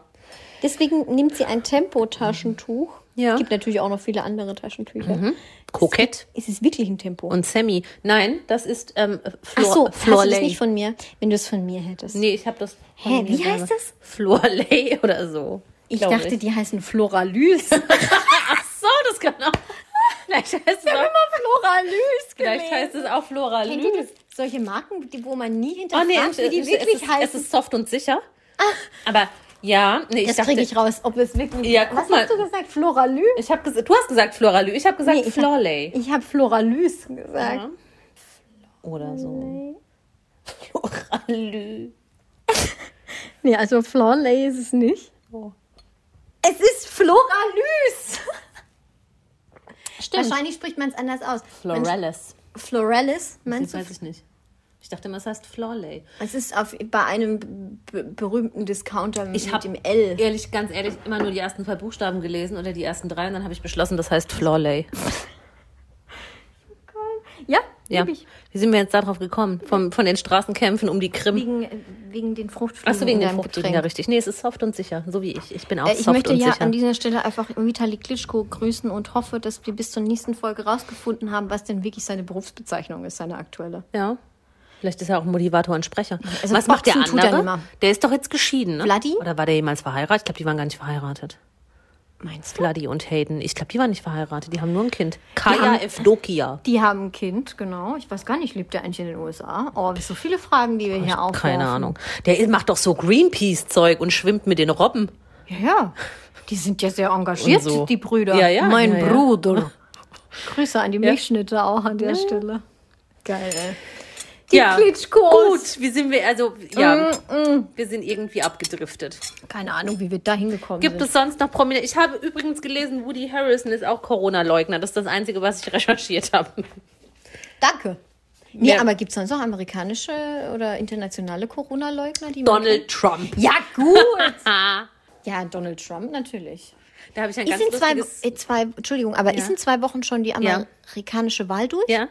S2: Deswegen nimmt sie ein Tempotaschentuch.
S3: Ja.
S2: Es gibt natürlich auch noch viele andere Taschentücher.
S3: Kokett
S2: Es ist wirklich ein Tempo.
S3: und Sammy. Nein, das ist ähm,
S2: Ach
S3: Flor,
S2: so, hast du das
S3: Florley.
S2: nicht von mir? Wenn du es von mir hättest.
S3: Nee, ich habe das. von
S2: Hä,
S3: mir
S2: wie heißt
S3: selber.
S2: das?
S3: Florley oder so.
S2: ich
S3: glaub
S2: dachte, die heißen Floralys.
S3: Ach so, das kann auch. Vielleicht heißt es auch,
S2: Floralys,
S3: vielleicht heißt es auch Flora
S2: Kennt ihr
S3: Lü.
S2: das? Solche Marken, die, wo man nie
S3: Oh
S2: hinterfragt,
S3: nee,
S2: wie die
S3: es,
S2: wirklich
S3: es, ist, es
S2: heißen.
S3: ist soft und sicher. Aber ja, nee, ich
S2: das
S3: dachte,
S2: kriege ich raus, ob es wirklich.
S3: Ja, guck
S2: Was
S3: mal.
S2: hast du gesagt? Floralys?
S3: ich hab gesagt, du hast gesagt Flora Lü, ich habe gesagt
S2: Nee, ich hab-
S3: Florley
S2: Ich habe Floralys gesagt.
S3: Ja. oder so. Flora Lü.
S2: Nee, also Florley ist es nicht. Oh. Es ist Floralys. Stimmt. Wahrscheinlich spricht man es anders aus. Man-
S3: Florellis.
S2: Florelis,
S3: Das
S2: meinst du?
S3: weiß ich nicht. Ich dachte immer, es heißt Florley.
S2: Es ist auf, bei einem b- berühmten Discounter mit
S3: hab-
S2: dem L.
S3: Ehrlich, ganz ehrlich, immer nur die ersten zwei Buchstaben gelesen oder die ersten drei und dann habe ich beschlossen, das heißt Florley.
S2: Ja,
S3: Ja.
S2: lieb ich.
S3: Wie sind wir jetzt darauf gekommen? Vom, von den Straßenkämpfen um die Krim.
S2: Wegen, äh, wegen den Fruchtfliegen.
S3: Achso, wegen
S2: in
S3: den
S2: deinem
S3: Fruchtfliegen,
S2: Getränk.
S3: ja richtig. Nee, es ist soft und sicher, so wie ich. Ich bin auch
S2: Äh, ich
S3: soft
S2: möchte
S3: und
S2: ja
S3: sicher.
S2: an dieser Stelle einfach Vitali Klitschko grüßen und hoffe, dass wir bis zur nächsten Folge rausgefunden haben, was denn wirklich seine Berufsbezeichnung ist, seine aktuelle.
S3: ja. Vielleicht ist er auch ein Motivator und Sprecher.
S2: Also
S3: Was macht der
S2: boxen tut er
S3: andere?
S2: immer.
S3: Der ist doch jetzt geschieden, ne?
S2: Vladi?
S3: Oder war der jemals verheiratet? Ich glaube, die waren gar nicht verheiratet.
S2: Meinst du?
S3: Vladi und Hayden. Ich glaube, die waren nicht verheiratet. Die haben nur ein Kind. Kaya Evdokia.
S2: Die haben ein Kind, genau. Ich weiß gar nicht, lebt der eigentlich in den USA? Oh, so viele Fragen, die wir hier aufwerfen.
S3: Keine Ahnung. Der macht doch so Greenpeace-Zeug und schwimmt mit den Robben.
S2: Ja, ja. Die sind ja sehr engagiert,
S3: Und so.
S2: die Brüder.
S3: Ja, ja,
S2: mein
S3: ja, ja.
S2: Bruder. Grüße an die Milchschnitte auch an der Stelle. Geil, ey. Die
S3: ja.
S2: Klitschkos. Mm,
S3: Gut, wie sind wir, also, ja, wir sind irgendwie abgedriftet.
S2: Keine Ahnung, wie wir da hingekommen
S3: Gibt
S2: sind.
S3: es sonst noch Prominente? Ich habe übrigens gelesen, Woody Harrison ist auch Corona-Leugner. Das ist das Einzige, was ich recherchiert habe.
S2: Danke. Nee,
S3: Ja.
S2: aber gibt es sonst noch amerikanische oder internationale Corona-Leugner? die man
S3: Donald Trump.
S2: kennt? Ja, gut.
S3: Ah,
S2: ja, Donald Trump natürlich.
S3: da habe ich ein
S2: Ist
S3: ganz
S2: in zwei,
S3: lustiges...
S2: äh, zwei, Entschuldigung, aber ist in zwei Wochen schon die
S3: Ja.
S2: amerikanische Wahl durch?
S3: Ja,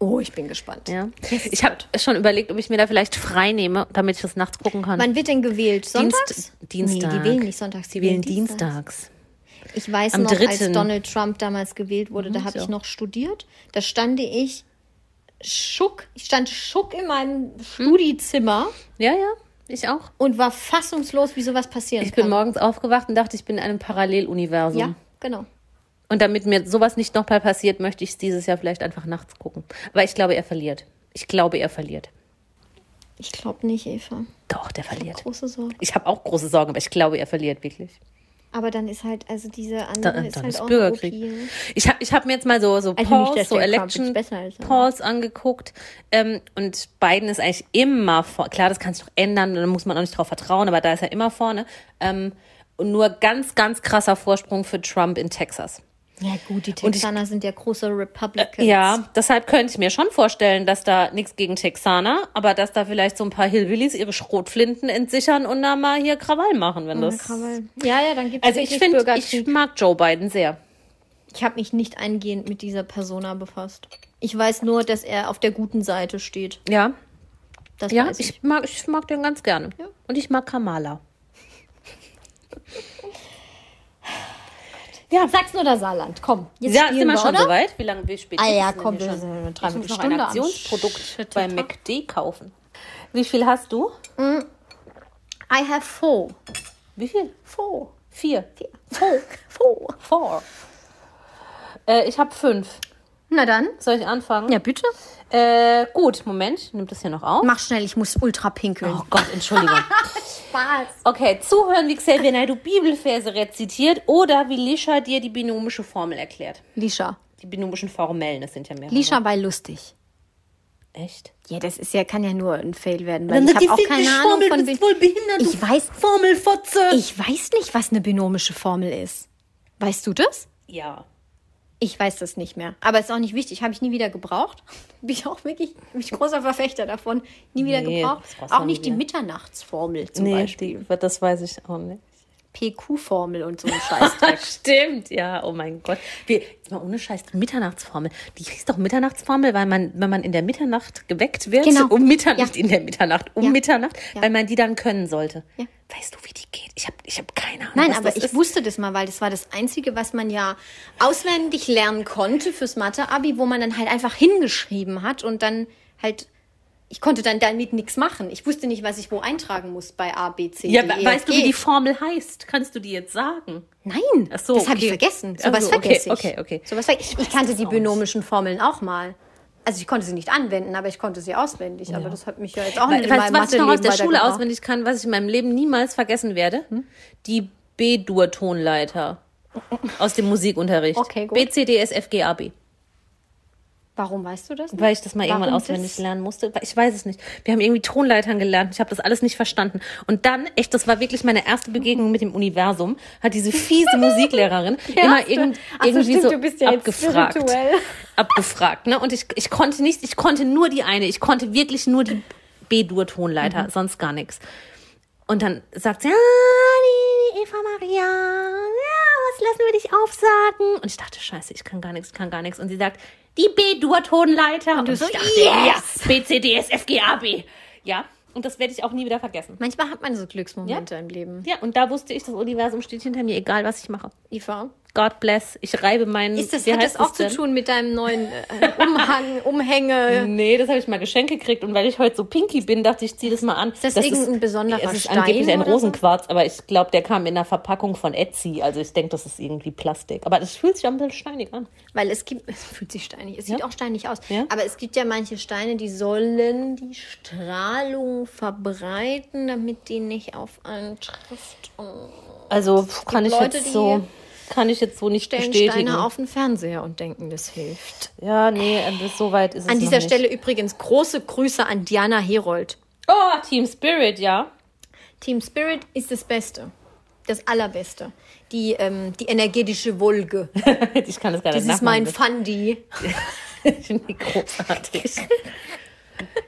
S2: Oh, ich bin gespannt.
S3: ja. Ich habe schon überlegt, ob ich mir da vielleicht frei nehme, damit ich das nachts gucken kann.
S2: Wann wird denn gewählt? Sonntags?
S3: Dienst, Dienstag.
S2: Nee, die wählen nicht sonntags,
S3: Die wählen dienstags.
S2: Ich weiß
S3: Am
S2: noch, als
S3: dritten. Mhm,
S2: Donald Trump damals gewählt wurde, da habe ich noch studiert. Da stande ich schuck, ich stand schuck in meinem
S3: Mhm.
S2: Studizimmer
S3: Ja, ja, ich auch.
S2: und war fassungslos, wie sowas passieren
S3: Ich bin
S2: kann.
S3: morgens aufgewacht und dachte, ich bin in einem Paralleluniversum.
S2: ja, genau.
S3: Und damit mir sowas nicht nochmal passiert, möchte ich es dieses Jahr vielleicht einfach nachts gucken. Aber ich glaube, er verliert. Ich glaube, er verliert.
S2: Ich glaube nicht, Eva.
S3: Doch, der verliert.
S2: Große Sorge.
S3: Ich habe auch große Sorgen, aber ich glaube, er verliert wirklich.
S2: Aber dann ist halt, also diese
S3: Da,
S2: andere ist
S3: dann
S2: halt
S3: ist
S2: auch
S3: Bürgerkrieg.
S2: eine OP.
S3: Ich habe ich hab mir jetzt mal so, so
S2: Also nicht,
S3: Polls,
S2: dass
S3: so
S2: der Trump
S3: Election
S2: jetzt besser ist, aber-
S3: Polls angeguckt. Ähm, und Biden ist eigentlich immer vor. Klar, das kann sich doch ändern, und da muss man auch nicht drauf vertrauen, aber da ist er immer vorne. Ähm, und nur ganz, ganz krasser Vorsprung für Trump in Texas.
S2: Ja gut, die Texaner sind ja große Republicans.
S3: Äh, Ja, deshalb könnte ich mir schon vorstellen, dass da nichts gegen Texaner, aber dass da vielleicht so ein paar Hillbillies ihre Schrotflinten entsichern und da mal hier Krawall machen, wenn das.
S2: Oh, Krawall. Ja, ja, dann gibt es
S3: Also ich finde, ich mag Joe Biden sehr.
S2: Ich habe mich nicht eingehend mit dieser Persona befasst. Ich weiß nur, dass er auf der guten Seite steht.
S3: Ja,
S2: Das
S3: ja,
S2: weiß ich.
S3: ich mag, ich mag den ganz gerne. Und ich mag Kamala.
S2: Sag's nur das Saarland. Komm, jetzt
S3: Ja,
S2: spielen
S3: sind wir
S2: wir,
S3: schon
S2: oder?
S3: soweit? Wie lange wie spät?
S2: Ah
S3: ist
S2: ja,
S3: es denn
S2: komm,
S3: hier
S2: wir
S3: schon?
S2: sind eine
S3: Ich muss noch
S2: Dreiviertelstunde
S3: ein
S2: am
S3: Aktionsprodukt bei McD kaufen. Wie viel hast du?
S2: I have four.
S3: Wie viel?
S2: Four.
S3: Vier.
S2: Four. Four.
S3: Four. Äh, ich habe fünf.
S2: Na dann.
S3: Soll ich anfangen?
S2: Ja, bitte.
S3: Äh, gut, Moment, nimmt das hier noch auf.
S2: Mach schnell, ich muss ultra pinkeln.
S3: Oh Gott, Entschuldigung. Okay, zuhören, wie Xavier Naidoo Bibelverse rezitiert oder wie Lisha dir die binomische Formel erklärt.
S2: Lisha.
S3: Die binomischen Formellen, das sind ja mehrere.
S2: Lisha bei lustig.
S3: Echt?
S2: Ja, das ist ja, kann ja nur ein Fail werden, weil
S3: Dann
S2: ich
S3: sagt die
S2: habe auch keine
S3: Ficktisch-
S2: Ahnung
S3: Formel,
S2: von...
S3: bist
S2: Bi-
S3: wohl behindert,
S2: Ich
S3: du
S2: weiß-
S3: Formelfotze.
S2: Ich weiß nicht, was eine binomische Formel ist. Weißt du das?
S3: ja.
S2: Ich weiß das nicht mehr. Aber ist auch nicht wichtig. Habe ich nie wieder gebraucht. Bin ich auch wirklich bin ich großer Verfechter davon. Nie wieder
S3: Nee,
S2: gebraucht.
S3: das brauchst du
S2: Auch
S3: auch
S2: nicht
S3: nie
S2: die
S3: wieder.
S2: Mitternachtsformel zum
S3: Nee,
S2: Beispiel.
S3: die, das weiß ich auch nicht.
S2: PQ-Formel und so ein Scheißdreck.
S3: Stimmt, ja, oh mein Gott. Wie, jetzt mal ohne Scheiß, die Mitternachtsformel. Die hieß doch Mitternachtsformel, weil man, wenn man in der Mitternacht geweckt wird,
S2: Genau.
S3: um Mitternacht,
S2: Ja.
S3: in der Mitternacht, um
S2: Ja.
S3: Mitternacht,
S2: Ja.
S3: weil man die dann können sollte.
S2: Ja.
S3: Weißt du, wie die geht? Ich habe ich hab keine Ahnung.
S2: Nein,
S3: was
S2: aber
S3: das
S2: ich
S3: ist.
S2: wusste das mal, weil das war das Einzige, was man ja auswendig lernen konnte fürs Mathe-Abi, wo man dann halt einfach hingeschrieben hat und dann halt. Ich konnte dann damit nichts machen. Ich wusste nicht, was ich wo eintragen muss bei A, B, C,
S3: Ja,
S2: D,
S3: we-
S2: E, F,
S3: weißt du, wie
S2: G.
S3: die Formel heißt? Kannst du die jetzt sagen?
S2: Nein,
S3: Ach so,
S2: das habe ich
S3: okay.
S2: vergessen.
S3: Ach
S2: Sowas
S3: so, okay,
S2: vergesse ich.
S3: okay, okay.
S2: Sowas verge ich kannte die binomischen Formeln auch mal. Also ich konnte sie nicht anwenden, aber ich konnte sie auswendig. Aber das hat mich ja jetzt auch
S3: We-
S2: in
S3: weißt
S2: meinem
S3: du, was ich noch aus
S2: Oh, Matheleben
S3: der
S2: Hm?
S3: Schule
S2: weitergebracht.
S3: auswendig kann, was ich in meinem Leben niemals vergessen werde? Die B-Dur-Tonleiter aus dem Musikunterricht.
S2: Okay, gut.
S3: B, C, D, S, F, G, A, B.
S2: Warum weißt du das? nicht?
S3: Weil ich das mal
S2: Warum
S3: irgendwann auswendig
S2: das?
S3: lernen musste. Weil Ich weiß es nicht. Wir haben irgendwie Tonleitern gelernt. Ich habe das alles nicht verstanden. Und dann, echt, das war wirklich meine erste Begegnung mit dem Universum, hat diese fiese Musiklehrerin immer irgend,
S2: Ach so,
S3: irgendwie
S2: stimmt,
S3: so
S2: du bist ja jetzt
S3: abgefragt.
S2: spirituell.
S3: Abgefragt, ne? Und ich, ich konnte nicht, ich konnte nur die eine. Ich konnte wirklich nur die B-Dur-Tonleiter,
S2: Mhm.
S3: sonst gar nichts. Und dann sagt sie, ah, die Eva Maria, ja, was lassen wir dich aufsagen? Und ich dachte, scheiße, ich kann gar nichts, ich kann gar nichts. Und sie sagt, die B-Dur-Tonleiter. Und,
S2: du
S3: ich
S2: so,
S3: dachte,
S2: Also, yes!
S3: ja, B, C, D, S, F, G, A, B. Ja, und das werde ich auch nie wieder vergessen.
S2: Manchmal hat man so Glücksmomente im Leben.
S3: Ja, und da wusste ich, das Universum steht hinter mir, egal was ich mache.
S2: Eva,
S3: God bless. Ich reibe meinen.
S5: Ist das,
S3: wie
S5: hat
S3: heißt
S5: das auch zu
S3: denn?
S5: tun mit deinem neuen äh, Umhang, Umhänge?
S3: Nee, das habe ich mal geschenkt gekriegt. Und weil ich heute so pinky bin, dachte ich, ich ziehe das mal an.
S5: das irgendein besonderer
S3: es ist
S5: Stein
S3: angeblich ein
S5: oder so?
S3: Rosenquarz, aber ich glaube, der kam in der Verpackung von Etsy. Also ich denke, das ist irgendwie Plastik. Aber das fühlt sich auch ein bisschen steinig an.
S5: Weil es gibt, es fühlt sich steinig, es sieht auch steinig aus.
S3: Ja.
S5: Aber es gibt ja manche Steine, die sollen die Strahlung verbreiten, damit die nicht auf einen trifft. Und
S3: Also pff, kann ich
S5: Leute,
S3: jetzt
S5: die
S3: so kann ich jetzt so nicht
S5: stellen
S3: bestätigen.
S5: Steine auf den Fernseher und denken, das hilft.
S3: Ja, nee, das, so weit ist es
S5: An dieser
S3: noch nicht.
S5: Stelle übrigens große Grüße an Diana Herold.
S3: Oh, Team Spirit, ja.
S5: Team Spirit ist das Beste. Das Allerbeste. Die, ähm, die energetische Wolke.
S3: Ich kann das gar nicht
S5: Das ist mein
S3: nachmachen.
S5: Fundi.
S3: Ich finde die großartig.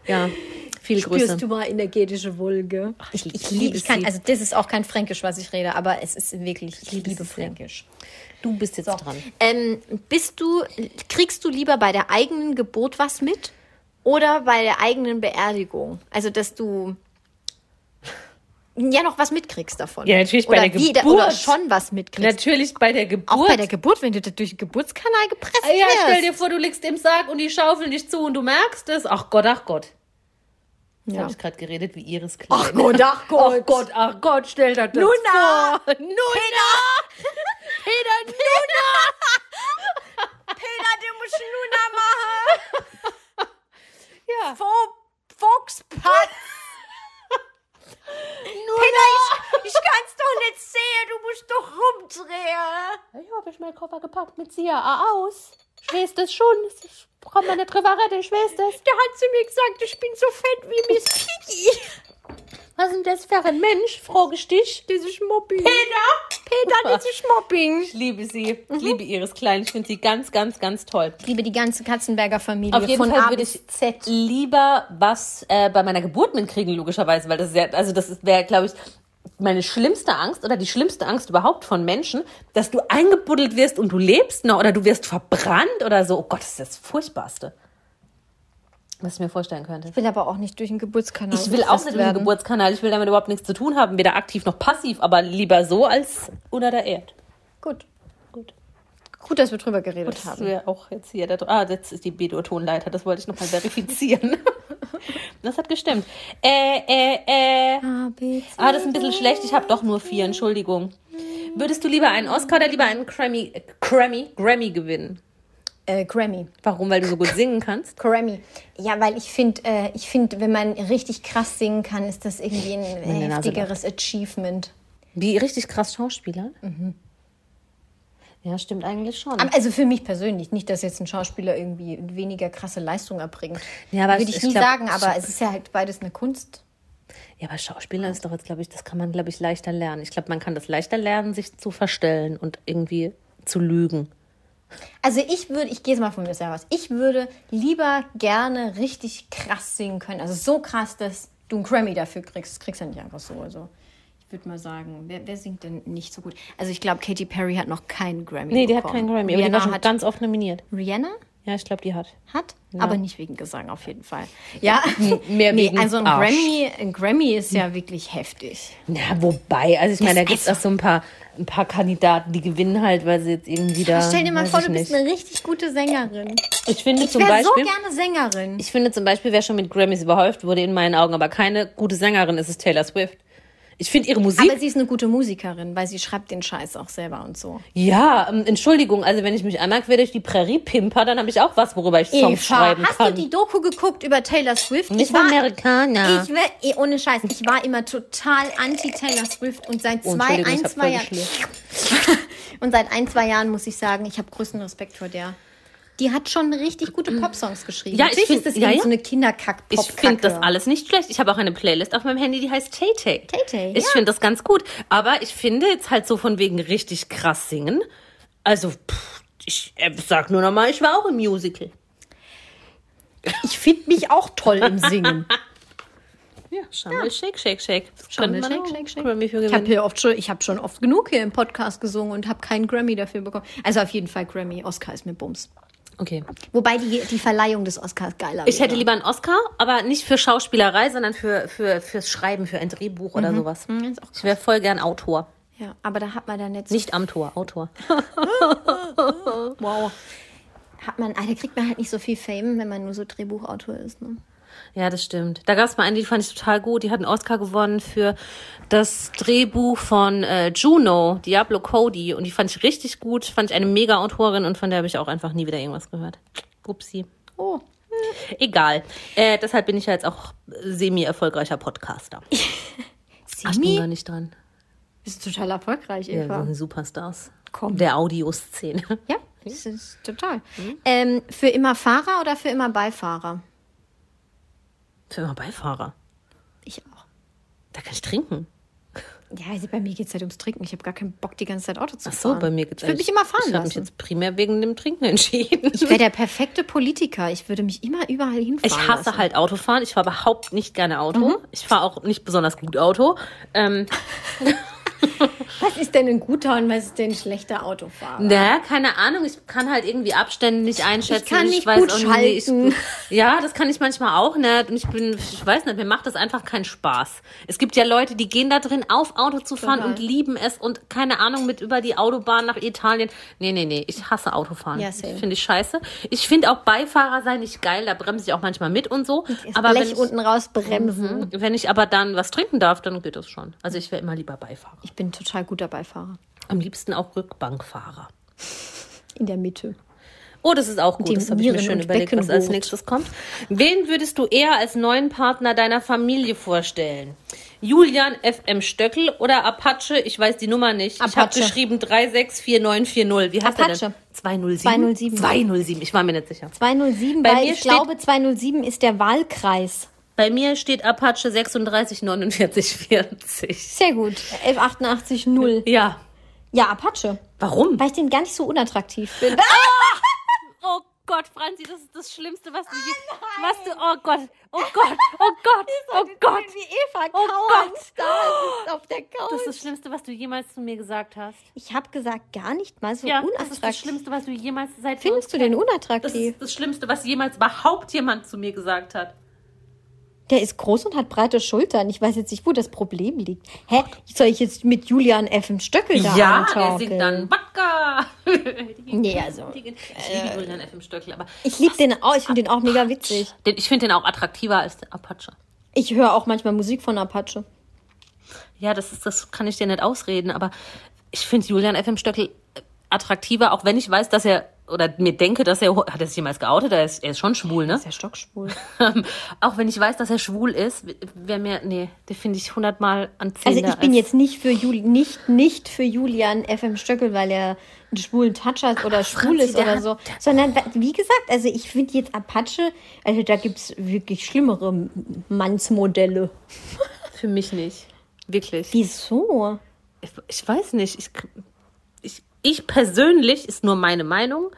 S3: ja, viel Grüße.
S5: Spürst du mal energetische Wolke?
S3: ich, ich
S5: ich kann, also das ist auch kein Fränkisch, was ich rede, aber es ist wirklich, ich liebe
S3: es sehr.
S5: Fränkisch.
S3: du bist jetzt dran.
S5: Ähm, bist du, kriegst du lieber bei der eigenen Geburt was mit oder bei der eigenen Beerdigung? Also, dass du ja noch was mitkriegst davon.
S3: Ja, natürlich bei
S5: oder
S3: der
S5: wie, da-
S3: Geburt.
S5: Oder schon was mitkriegst.
S3: Natürlich bei der Geburt.
S5: Auch bei der Geburt, wenn du da durch den Geburtskanal gepresst
S3: ja, stell
S5: wirst.
S3: dir vor, du liegst im Sarg und die schaufeln dich zu und du merkst es. Ach Gott, ach Gott. Jetzt
S5: Ja.
S3: habe ich gerade geredet wie Iris Klein.
S5: Ach Gott, ach Gott.
S3: Ach Gott, ach Gott, stell dir das
S5: Nuna!
S3: vor. Nuna!
S5: Peter, Luna! Peter, du musst Luna machen! Ja. Fuchspatz! Peter, ich, ich kann's doch nicht sehen, du musst doch rumdrehen!
S3: Ich habe ich meinen Koffer gepackt mit CIA aus. Ich weiß das schon. Ich brauche meine drüber retten, ich weiß das.
S5: Da hat sie mir gesagt, ich bin so fett wie Miss Piggy.
S3: Was ist denn das für ein Mensch? Frage ich dich.
S5: Das ist Mobbing. Peter! Peter, das ist Mobbing.
S3: Ich liebe sie. Ich liebe Iris Klein. Ich finde sie ganz, ganz, ganz toll.
S5: Ich liebe die ganze Katzenberger Familie.
S3: Auf jeden
S5: von
S3: Fall
S5: A
S3: würde
S5: bis
S3: ich lieber was äh, bei meiner Geburt mitkriegen, logischerweise, weil das ist ja, also das wäre, glaube ich, meine schlimmste Angst oder die schlimmste Angst überhaupt von Menschen, dass du eingebuddelt wirst und du lebst noch oder du wirst verbrannt oder so. Oh Gott, das ist das Furchtbarste, was ich mir vorstellen könnte.
S2: Ich will aber auch nicht durch den Geburtskanal.
S3: Ich will auch nicht um im Geburtskanal, ich will damit überhaupt nichts zu tun haben, weder aktiv noch passiv, aber lieber so als unter der Erde.
S5: Gut.
S3: Gut.
S5: Gut, dass wir drüber geredet
S3: Das
S5: haben.
S3: wäre auch jetzt hier. Der, ah, jetzt ist die Bedo-Tonleiter. Das wollte ich nochmal verifizieren. das hat gestimmt. Äh, äh, äh. Ah, das ist ein bisschen schlecht. Ich habe doch nur vier. Entschuldigung. Würdest du lieber einen Oscar oder lieber einen Grammy, äh, Grammy, Grammy gewinnen?
S5: Äh, Grammy.
S3: Warum? Weil du so gut singen kannst?
S5: Grammy. Ja, weil ich finde, äh, ich finde, wenn man richtig krass singen kann, ist das irgendwie ein
S3: der Nase
S5: heftigeres Achievement.
S3: Wie richtig krass Schauspieler? Ja, stimmt eigentlich schon.
S5: Aber Also für mich persönlich, nicht, dass jetzt ein Schauspieler irgendwie weniger krasse Leistung erbringt.
S3: Ja, aber
S5: Würde
S3: ich-
S5: ich,
S3: ich
S5: nie
S3: glaub-
S5: sagen, aber es ist ja halt beides eine Kunst.
S3: Ja, aber Schauspieler ist doch jetzt, glaube ich, das kann man, glaube ich, leichter lernen. Ich glaube, man kann das leichter lernen, sich zu verstellen und irgendwie zu lügen.
S5: Also ich würde, ich gehe jetzt mal von mir selber aus, ich würde lieber gerne richtig krass singen können. Also so krass, dass du einen Grammy dafür kriegst. Das kriegst du ja nicht einfach so. Also ich würde mal sagen, wer, wer singt denn nicht so gut? Also ich glaube, Katy Perry hat noch keinen Grammy
S3: Nee, die hat
S5: bekommen.
S3: keinen Grammy, aber die
S5: Rihanna
S3: war schon
S5: hat,
S3: ganz oft nominiert.
S5: Rihanna
S3: Ja, ich glaube, die hat.
S5: hat, aber nicht wegen Gesang auf jeden Fall. Ja,
S3: mehr wegen
S5: also ein
S3: Arsch.
S5: Grammy, ein Grammy ist ja wirklich heftig.
S3: Na, wobei, also ich meine, da gibt es auch so ein paar, ein paar Kandidaten, die gewinnen halt, weil sie jetzt irgendwie da.
S5: Stell dir mal
S3: weiß
S5: vor,
S3: ich
S5: du bist
S3: nicht.
S5: eine richtig gute Sängerin.
S3: Ich finde
S5: Ich
S3: zum
S5: wäre so
S3: Beispiel.
S5: gerne Sängerin.
S3: ich finde zum Beispiel, wer schon mit Grammys überhäuft wurde, in meinen Augen, aber keine gute Sängerin ist es Taylor Swift. Ich finde ihre Musik.
S5: aber sie ist eine gute Musikerin, weil sie schreibt den Scheiß auch selber und so.
S3: ja, ähm, Entschuldigung, also wenn ich mich einmal quer durch die Prärie pimper, dann habe ich auch was, worüber ich Songs schreiben
S5: hast
S3: kann.
S5: du die Doku geguckt über Taylor Swift?
S3: ich war Amerikaner.
S5: Ich war, eh, ohne Scheiß, ich war immer total anti-Taylor Swift und seit
S3: Oh,
S5: zwei,
S3: Entschuldigung, ich
S5: ein,
S3: hab
S5: zwei
S3: voll
S5: Jahren.
S3: geschlürft.
S5: und seit ein, zwei Jahren muss ich sagen, ich habe größten Respekt vor der. Die hat schon richtig gute Popsongs geschrieben.
S3: Mm. Ja, ich
S5: Natürlich
S3: find-
S5: ist das
S3: ja,
S5: irgendwie
S3: ja.
S5: so eine kinderkack
S3: Ich finde das alles nicht schlecht. Ich habe auch eine Playlist auf meinem Handy, die heißt Tay Tay.
S5: Tay Tay,
S3: Ich
S5: ja.
S3: finde das ganz gut. Aber ich finde jetzt halt so von wegen richtig krass singen. Also, pff, ich äh, sag nur nochmal, ich war auch im Musical.
S5: Ich finde mich auch toll im Singen.
S3: Ja, Schammel, Shake, Shake, Shake. Das
S5: Schammel,
S3: könnte man
S5: Shake,
S3: auch
S5: Shake, Shake.
S3: Grammy für
S5: Ich habe
S3: gewinnen.
S5: hier oft schon, ich habe schon oft genug hier im Podcast gesungen und habe keinen Grammy dafür bekommen. Also auf jeden Fall Grammy, Oscar ist mir Bums.
S3: Okay.
S5: Wobei die, die Verleihung des Oscars geiler
S3: Ich
S5: wäre.
S3: hätte lieber einen Oscar, aber nicht für
S5: Mhm.
S3: Schauspielerei, sondern für, für, fürs Schreiben, für ein Drehbuch oder sowas. Ich wäre voll gern Autor.
S2: Ja, aber da hat man dann jetzt
S3: Nicht am Tor, Autor. wow.
S2: hat man, ah, da kriegt man halt nicht so viel Fame, wenn man nur so Drehbuchautor ist. Ne?
S3: Ja, das stimmt. Da gab es mal eine, die fand ich total gut. Die hat einen Oscar gewonnen für das Drehbuch von äh, Juno, Diablo Cody. Und die fand ich richtig gut. Fand ich eine Mega-Autorin und von der habe ich auch einfach nie wieder irgendwas gehört. Upsi.
S5: Oh.
S3: Egal. Äh, deshalb bin ich ja jetzt auch semi-erfolgreicher Podcaster. Ach, ich bin
S5: Semi?
S3: gar nicht dran.
S5: Bist total erfolgreich,
S3: Ja, wir
S5: Eva.
S3: sind Superstars.
S5: Komm.
S3: Der Audioszene.
S5: Ja.
S2: Das ist total. Ähm, für immer Fahrer oder für immer Beifahrer?
S3: Für immer Beifahrer.
S2: Ich auch.
S3: Da kann ich trinken.
S2: Ja, also bei mir geht es halt ums Trinken. Ich habe gar keinen Bock, die ganze Zeit Auto zu
S3: Ach so,
S2: fahren.
S3: bei mir geht's
S2: Ich würde
S3: eigentlich-
S2: mich immer fahren
S3: Ich habe mich
S2: lassen.
S3: jetzt primär wegen dem Trinken entschieden.
S2: Ich wäre der perfekte Politiker. Ich würde mich immer überall hinfahren
S3: Ich hasse
S2: lassen. Mhm.
S3: halt Autofahren. Ich fahre überhaupt nicht gerne Auto. Ich fahre auch nicht besonders gut Auto. Ähm,
S5: Was ist denn ein guter und was ist denn ein schlechter Autofahrer?
S3: naja, keine Ahnung. Ich kann halt irgendwie Abstände nicht einschätzen.
S2: Ich kann nicht gut
S3: auch nicht-
S2: schalten.
S3: Ich, ja, das kann ich manchmal auch nicht. Und ich bin, ich weiß nicht, mir macht das einfach keinen Spaß. Es gibt ja Leute, die gehen da drin auf, Auto zu fahren und lieben es und keine Ahnung mit über die Autobahn nach Italien. Nee, nee, nee. Ich hasse Autofahren.
S5: Ja,
S3: Das
S5: same.
S3: Finde ich scheiße. Ich finde auch Beifahrer sei nicht geil. Da bremse ich auch manchmal mit und so.
S2: Das
S3: Aber wenn
S2: Blech
S3: ich,
S2: unten raus bremsen.
S3: Wenn ich aber dann was trinken darf, dann geht das schon. Also ich wäre immer lieber Beifahrer.
S2: Ich bin ein total guter Beifahrer.
S3: Am liebsten auch Rückbankfahrer.
S2: In der Mitte.
S3: Oh, das ist auch gut.
S2: Dem
S3: Das habe ich mir
S2: Nieren-
S3: schön
S2: und
S3: überlegt, was als
S2: Beckenwurt.
S3: nächstes kommt. Wen würdest du eher als neuen Partner deiner Familie vorstellen? Julian FM Stöckel oder Apache? Ich weiß die Nummer nicht. Ich habe
S5: Apache.
S3: geschrieben 364940. Wie heißt
S2: Apache.
S3: er denn? 207?
S2: 207.
S3: 207. Ich war mir nicht sicher.
S2: 207,
S3: Bei
S2: weil
S3: mir
S2: ich
S3: steht-
S2: glaube, 207 ist der Wahlkreis.
S3: Bei mir steht Apache 364940.
S2: Sehr gut. 1188 0.
S3: Ja.
S2: Ja, Apache.
S3: Warum?
S2: Weil ich den gar nicht so unattraktiv finde.
S3: Oh Gott, Franzi, das ist das Schlimmste, was du, je- was du, oh Gott, oh Gott, oh Gott, oh Gott,
S2: Wie Eva
S3: oh Gott,
S2: da auf der Couch.
S3: das ist das Schlimmste, was du jemals zu mir gesagt hast.
S2: ich habe gesagt, gar nicht mal so
S3: Ja, das
S2: unattraktiv.
S3: ist das Schlimmste, was du jemals seit wir uns
S2: Findest du den
S3: kennen. Das
S2: unattraktiv?
S3: ist das Schlimmste, was jemals überhaupt jemand zu mir gesagt hat.
S2: der ist groß und hat breite Schultern. Ich weiß jetzt nicht, wo das Problem liegt. Hä? Soll ich jetzt mit Julian F. im Stöckel da
S3: Ja, der
S2: antorkeln?
S3: singt dann Wodka.
S2: Nee, also.
S3: Ich liebe Julian F. im Stöckel, aber
S2: Ich liebe den auch. Ich finde den auch mega witzig.
S3: den, ich finde den auch attraktiver als der Apache.
S2: Ich höre auch manchmal Musik von Apache.
S3: Ja, das ist, das kann ich dir nicht ausreden, aber ich finde Julian FM Stöckel attraktiver, auch wenn ich weiß, dass er oder mir denke, dass er hat er sich jemals geoutet, er ist, er ist schon schwul, ne?
S2: Ist ja stockschwul.
S3: auch wenn ich weiß, dass er schwul ist, wäre mir nee, den finde ich hundertmal
S2: Also
S3: anziehender.
S2: ich bin
S3: als-
S2: jetzt nicht für Juli, nicht, nicht für Julian FM Stöckel, weil er einen schwulen Touch hat oder schwul
S3: Franzi,
S2: ist
S3: der
S2: oder
S3: hat-
S2: so, sondern wa- wie gesagt, also ich finde jetzt Apache, also da gibt es wirklich schlimmere M- Mannsmodelle.
S3: für mich nicht. Wirklich.
S2: Wieso?
S3: Ich, ich weiß nicht, ich, ich ich persönlich ist nur meine Meinung.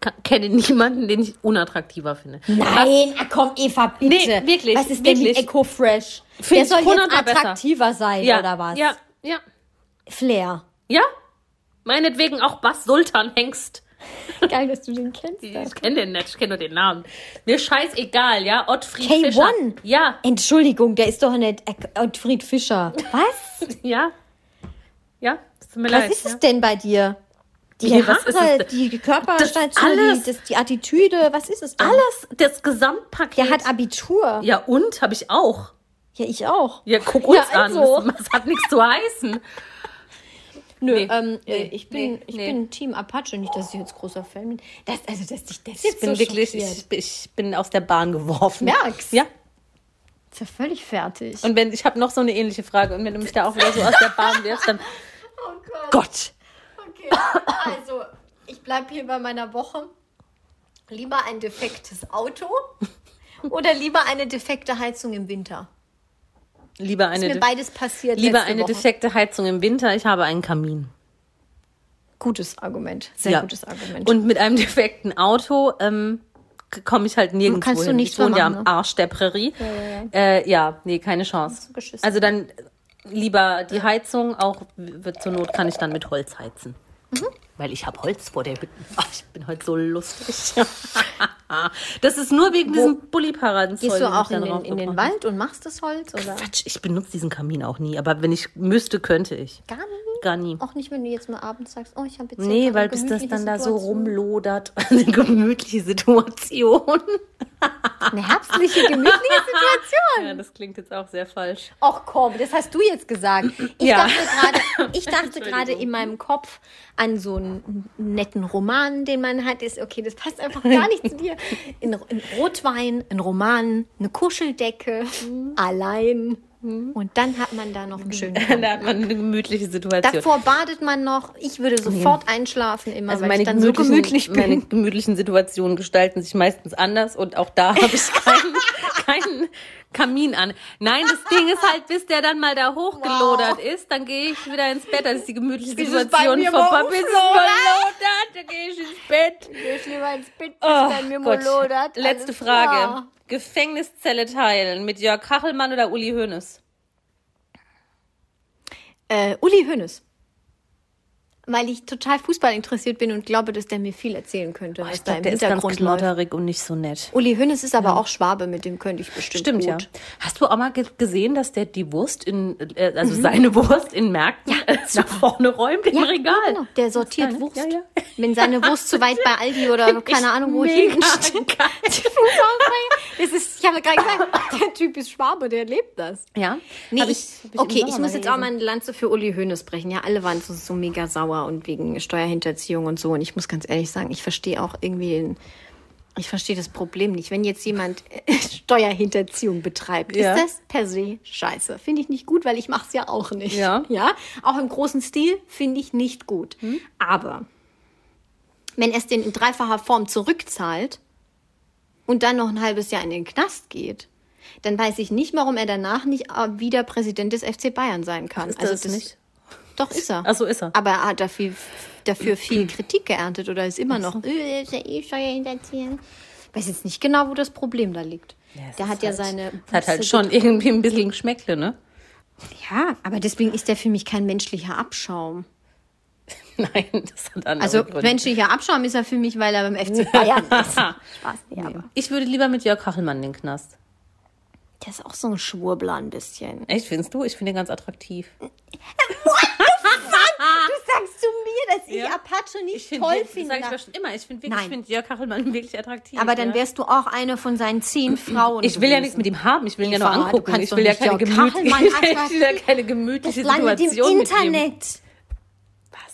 S3: ka- Kenne niemanden, den ich unattraktiver finde.
S2: Nein, ach komm, Eva, bitte.
S3: Nee, wirklich,
S2: Was ist denn mit
S3: wirklich.
S2: Eco Fresh?
S3: Find
S2: Der
S3: ich
S2: soll jetzt
S3: hundertmal besser.
S2: attraktiver sein,
S3: ja,
S2: oder was?
S3: Ja, ja,
S2: Flair.
S3: Ja, meinetwegen auch Bass Sultan Hengst.
S2: Geil, dass du den kennst.
S3: Ich kenne den nicht, ich kenne nur den Namen. Mir scheißegal, ja? Ottfried
S2: K1.
S3: Fischer. Ja,
S2: Entschuldigung, der ist doch nicht äh, Ottfried Fischer. Was?
S3: ja. Ja, es tut mir
S2: Was
S3: leid.
S2: ist
S3: ja.
S2: es denn bei dir? Die
S3: Nee, was ist
S2: Haare,
S3: es
S2: die Körperstatur,
S3: Das alles.
S2: die, das, die Attitüde, was ist es denn?
S3: Alles, das Gesamtpaket.
S2: Der hat Abitur.
S3: ja, und? Habe ich auch.
S2: Ja, ich auch.
S3: Ja, guck uns
S2: also.
S3: an. Das hat nichts zu heißen.
S2: Nö,
S3: Nee,
S2: ähm,
S3: nee,
S2: ich bin,
S3: nee,
S2: ich
S3: nee.
S2: bin Team Apache, nicht, dass ich jetzt großer Fan bin. Das, also, dass ich das
S3: Ich
S2: jetzt
S3: bin
S2: so
S3: wirklich,
S2: schockiert.
S3: ich, ich bin aus der Bahn geworfen.
S2: Merkst.
S3: Ja.
S2: Ist ja völlig fertig.
S3: Und wenn, ich habe noch so eine ähnliche Frage. Und wenn du mich da auch wieder so aus der Bahn wirfst, dann.
S2: Oh
S3: Gott.
S2: Okay, also ich bleibe hier bei meiner Woche. Lieber ein defektes Auto oder lieber eine defekte Heizung im Winter.
S3: Lieber eine,
S2: Ist mir
S3: de-
S2: beides passiert.
S3: lieber
S2: letzte
S3: eine
S2: Woche.
S3: defekte Heizung im Winter. Ich habe einen Kamin.
S2: Gutes Argument. Sehr
S3: Ja.
S2: gutes Argument.
S3: Und mit einem defekten Auto ähm, k- komme ich halt nirgendwo
S2: Kannst du
S3: hin.
S2: nichts
S3: ich wohne
S2: mehr
S3: ja
S2: machen, ne?
S3: am Arsch der Prärie. Ja, Äh, ja nee, keine Chance.
S2: geschissen.
S3: Also dann lieber die Heizung, auch w- zur Not kann ich dann mit Holz
S2: Mhm.
S3: heizen. Weil ich habe Holz vor der Hütte. Ach, ich bin heute so lustig. Das ist nur wegen diesem Bulli-Paraden.
S2: Gehst du auch in den, in den Wald und machst das Holz? Oder?
S3: Quatsch, ich benutze diesen Kamin auch nie, aber wenn ich müsste, könnte ich.
S2: Gar nicht.
S3: Gar nie.
S2: Auch nicht, wenn du jetzt mal abends sagst, oh, ich habe jetzt.
S3: Nee,
S2: hier
S3: weil
S2: eine
S3: bis das
S2: gemütliche
S3: dann da so
S2: Situation.
S3: rumlodert. Eine gemütliche Situation.
S2: Eine herbstliche, gemütliche Situation.
S3: Ja, das klingt jetzt auch sehr falsch.
S2: Och komm, das hast du jetzt gesagt. Ich
S3: Ja.
S2: dachte gerade, ich dachte gerade in meinem Kopf an so einen netten Roman, den man hat, ist okay, das passt einfach gar nicht zu dir. In, in Rotwein, ein Roman, eine Kuscheldecke,
S3: Mhm.
S2: allein. Und dann hat man da noch einen schönen. Abend.
S3: Da hat man eine gemütliche Situation.
S2: Davor badet man noch. Ich würde sofort einschlafen immer,
S3: also
S2: weil
S3: meine
S2: ich dann so gemütlich
S3: gemütlichen,
S2: bin.
S3: meine gemütlichen Situationen gestalten sich meistens anders und auch da habe ich keinen, keinen Kamin an. Nein, das Ding ist halt, bis der dann mal da hochgelodert ist, dann gehe ich wieder ins Bett. Das ist die gemütliche Situation
S2: mir
S3: von
S2: mal
S3: Papi. Bis es mal lodert, dann gehe ich ins Bett.
S2: Ich lieber ins Bett,
S3: Oh,
S2: wenn mir
S3: Gott.
S2: mal lodert.
S3: Letzte
S2: Alles
S3: Frage.
S2: klar.
S3: Gefängniszelle teilen mit Jörg Kachelmann oder Uli Hoeneß?
S2: Äh, Uli Hoeneß. Weil ich total Fußball interessiert bin und glaube, dass der mir viel erzählen könnte, was da im Hintergrund läuft.
S3: knodderig und nicht so nett.
S2: Uli Hoeneß ist aber auch Schwabe, mit dem könnte ich bestimmt
S3: Stimmt, ja.
S2: gut.
S3: Hast du auch mal ge gesehen, dass der die Wurst in, äh, also seine Wurst in Märkten äh, nach vorne räumt im Regal?
S2: Genau, der sortiert
S3: Geil, ne?
S2: Wurst.
S3: Ja, ja.
S2: Wenn seine Wurst zu weit bei Aldi oder keine Ahnung wo
S3: Mega
S2: hinten steht.
S3: geil.
S2: Das ist, ich habe gerade gesagt, der Typ ist Schwabe, der lebt das.
S3: Ja.
S2: Nee,
S3: Hab
S2: ich,
S3: hab im
S2: okay,
S3: Sommer
S2: ich
S3: mal
S2: muss jetzt auch mal eine Lanze für Uli Hoeneß brechen. Ja, alle waren so, so mega sauer und wegen Steuerhinterziehung und so. Und ich muss ganz ehrlich sagen, ich verstehe auch irgendwie, den, ich verstehe das Problem nicht. Wenn jetzt jemand Steuerhinterziehung betreibt,
S3: Ja.
S2: ist das per se scheiße. Finde ich nicht gut, weil ich mache es ja auch nicht.
S3: Ja. Hm?
S2: ja? Auch im großen Stil finde ich nicht gut. Aber wenn es den in dreifacher Form zurückzahlt und dann noch ein halbes Jahr in den Knast geht, dann weiß ich nicht, warum er danach nicht äh, wieder Präsident des FC Bayern sein kann. Also
S3: Ist er es nicht?
S2: Doch, ist er.
S3: Ach so, ist er.
S2: Aber er hat dafür, dafür viel Kritik geerntet oder ist immer noch, äh, ist ja eh Steuerhinterziehung. Ich weiß jetzt nicht genau, wo das Problem da liegt.
S3: Ja, es
S2: der
S3: ist
S2: hat ja
S3: halt-
S2: seine.
S3: es Hat halt schon irgendwie ein bisschen Geschmäckle, ne?
S2: Ja, aber deswegen ist der für mich kein menschlicher Abschaum.
S3: Nein, das hat andere
S2: Also,
S3: Gründe.
S2: menschlicher Abschaum ist er für mich, weil er beim FC Bayern ist. Spaß, nee, aber.
S3: Ich würde lieber mit Jörg Kachelmann in den Knast.
S2: Der ist auch so ein Schwurbler ein bisschen.
S3: Echt, findest du? Ich finde ihn ganz attraktiv.
S2: Sagst du mir, dass ich
S3: Ja.
S2: Apache nicht
S3: find
S2: toll
S3: den-
S2: finde?
S3: Das sage ich doch schon immer. Ich finde wirklich,
S2: Nein.
S3: ich finde Jörg Kachelmann wirklich attraktiv.
S2: Aber dann
S3: ja.
S2: wärst du auch eine von seinen zehn Frauen.
S3: Ich will ja nichts
S2: gewesen.
S3: mit ihm haben, ich will ihn ja nur
S2: Eva, du
S3: angucken.
S2: kannst
S3: Ich
S2: doch
S3: will ja
S2: nicht
S3: keine,
S2: Jörg
S3: gemütliche,
S2: Kachelmann
S3: ich will ja
S2: attraktiv-
S3: keine gemütliche
S2: Das landet im
S3: Situation mit ihm.
S2: Internet.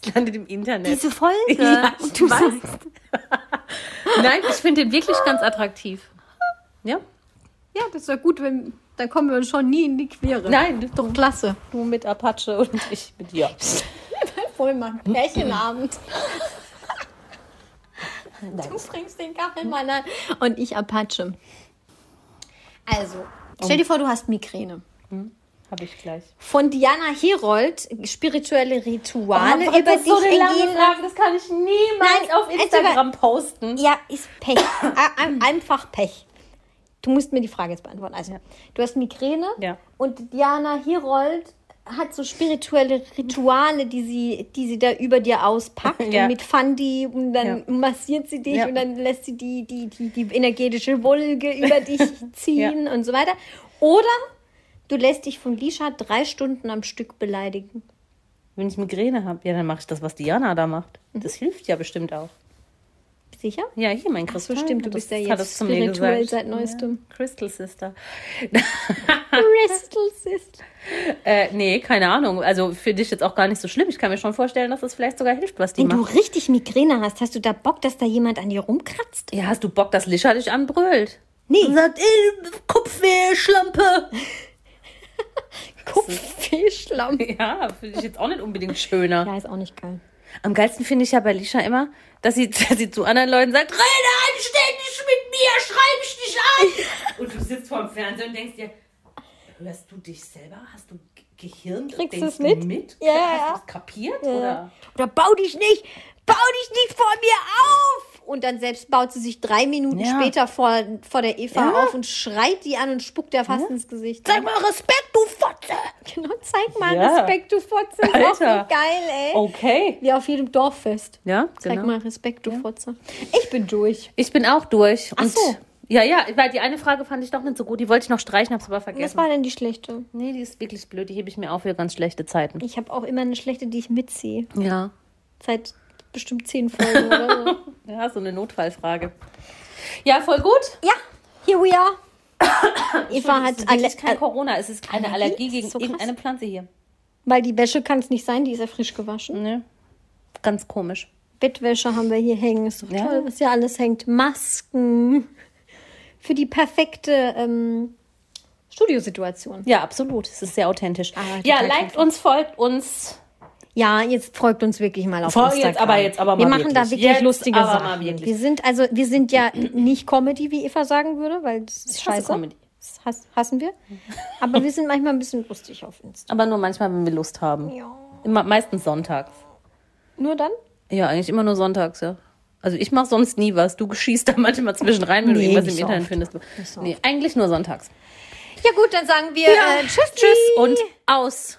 S3: Das landet im Internet.
S2: Diese Folge.
S3: Ja, ich
S2: Und du
S3: weiß.
S2: sagst,
S3: Nein, ich finde ihn wirklich ganz attraktiv. Ja?
S2: ja, das ist ja gut, wenn, dann kommen wir uns schon nie in die Quere.
S3: Nein,
S2: Doch, klasse.
S3: du mit Apache und ich mit dir.
S2: Voll mal
S3: Hm?
S2: einen Pärchenabend. du bringst den Kachelmann an und ich Apache. Also, stell dir vor, du hast Migräne.
S3: Habe ich gleich.
S2: Von Diana Herold, spirituelle Rituale
S3: Aber
S2: über
S3: Oh, das
S2: dich
S3: ist so eine lange
S2: ergehen.
S3: Frage, das kann ich niemals
S2: Nein,
S3: auf
S2: also
S3: Instagram posten.
S2: Ja, ist Pech. Ä- ein- Einfach Pech. Du musst mir die Frage jetzt beantworten. Also, du hast Migräne
S3: Ja.
S2: und Diana Herold hat so spirituelle Rituale, die sie, die sie da über dir auspackt
S3: Ja.
S2: und mit Fandi und dann
S3: Ja.
S2: massiert sie dich
S3: Ja.
S2: und dann lässt sie die, die, die, die energetische Wolke über dich ziehen und so weiter. Oder du lässt dich von Lisha drei Stunden am Stück beleidigen.
S3: Wenn ich Migräne habe, ja, dann mache ich das, was Diana da macht. Das hilft ja bestimmt auch.
S2: Sicher?
S3: Ja, hier mein Kristall.
S2: So stimmt, du
S3: hat das-
S2: bist ja
S3: hat
S2: jetzt
S3: das zu mir
S2: spirituell
S3: gesagt.
S2: seit neuestem.
S3: Crystal Sister.
S2: Crystal Sister.
S3: Äh, nee, keine Ahnung. Also für dich jetzt auch gar nicht so schlimm. Ich kann mir schon vorstellen, dass es vielleicht sogar hilft, was die
S2: Wenn du
S3: macht.
S2: richtig Migräne hast, hast du da Bock, dass da jemand an dir rumkratzt?
S3: Ja, hast du Bock, dass Lischa dich anbrüllt?
S2: Nee.
S3: Und sagt, ey, Kopfweh, Schlampe.
S2: Kupfeeschlamm.
S3: Ja, finde ich jetzt auch nicht unbedingt schöner.
S2: Ja, ist auch nicht geil.
S3: Am geilsten finde ich ja bei Lischa immer, dass sie, dass sie zu anderen Leuten sagt, rede anständig mit mir, schreib mich nicht an. Und du sitzt vorm Fernseher und denkst dir, hörst du dich selber? Hast du Ge- Gehirn?
S2: Kriegst
S3: Denkst
S2: du's mit?
S3: Du mit?
S2: Ja,
S3: Hast
S2: ja.
S3: du es kapiert? Oder?
S2: Oder bau dich nicht, bau dich nicht vor mir auf! und dann selbst baut sie sich drei Minuten später vor, vor der Eva auf und schreit die an und spuckt der fast ins Gesicht.
S3: Sag mal Respekt, du Fotze!
S2: Genau, zeig mal
S3: Ja.
S2: Respekt, du Fotze. Ist auch so
S3: Alter.
S2: geil, ey.
S3: Okay.
S2: Wie auf jedem Dorffest.
S3: Ja,
S2: Zeig
S3: genau.
S2: mal Respekt, du Fotze. Ich bin durch.
S3: Ich bin auch durch. Ach
S2: so.
S3: Ja, ja, weil die eine Frage fand ich doch nicht so gut. Die wollte ich noch streichen, hab's aber
S2: Was
S3: vergessen.
S2: war denn die schlechte?
S3: Nee, die ist wirklich blöd. Die hebe ich mir auf für ganz schlechte Zeiten.
S2: Ich habe auch immer eine schlechte, die ich mitziehe.
S3: Ja.
S2: Seit bestimmt zehn Folgen oder so.
S3: Ja, so eine Notfallfrage. Ja, voll gut.
S2: Ja, here we are. Eva hat alle,
S3: Ist kein Corona, es ist eine Allergie
S2: äh, Ist
S3: gegen
S2: so krass.
S3: irgendeine Pflanze hier.
S2: weil die Wäsche kann es nicht sein, die ist ja frisch gewaschen.
S3: Ne? Ganz komisch.
S2: Bettwäsche haben wir hier hängen, ist doch
S3: Mhm. Ja.
S2: toll, was hier alles hängt. Masken für die perfekte ähm, Studiosituation.
S3: Ja, absolut. Es ist sehr authentisch.
S2: Ah,
S3: ja,
S2: total
S3: liked uns, folgt uns.
S2: Ja, jetzt folgt uns wirklich mal auf
S3: Folgt
S2: Instagram.
S3: jetzt aber- jetzt aber mal
S2: wir machen da
S3: wirklich.
S2: wirklich
S3: Jetzt
S2: lustige
S3: aber
S2: Sachen.
S3: mal wirklich.
S2: Wir sind also, wir sind ja nicht Comedy, wie Eva sagen würde, weil das ist
S3: Ich hasse
S2: scheiße.
S3: Comedy. Mhm.
S2: Das hass, hassen wir. Aber wir sind manchmal ein bisschen lustig auf Instagram.
S3: Aber nur manchmal, wenn wir Lust haben. Immer, meistens sonntags.
S2: Nur dann?
S3: Ja, eigentlich immer nur sonntags, ja. Also ich mache sonst nie was. Du schießt da manchmal zwischen rein, wenn
S2: Nee,
S3: du irgendwas
S2: nicht
S3: im
S2: so
S3: Internet
S2: oft.
S3: findest. nee, eigentlich nur sonntags.
S2: Ja gut, dann sagen wir äh, Tschüss.
S3: Tschüss und aus.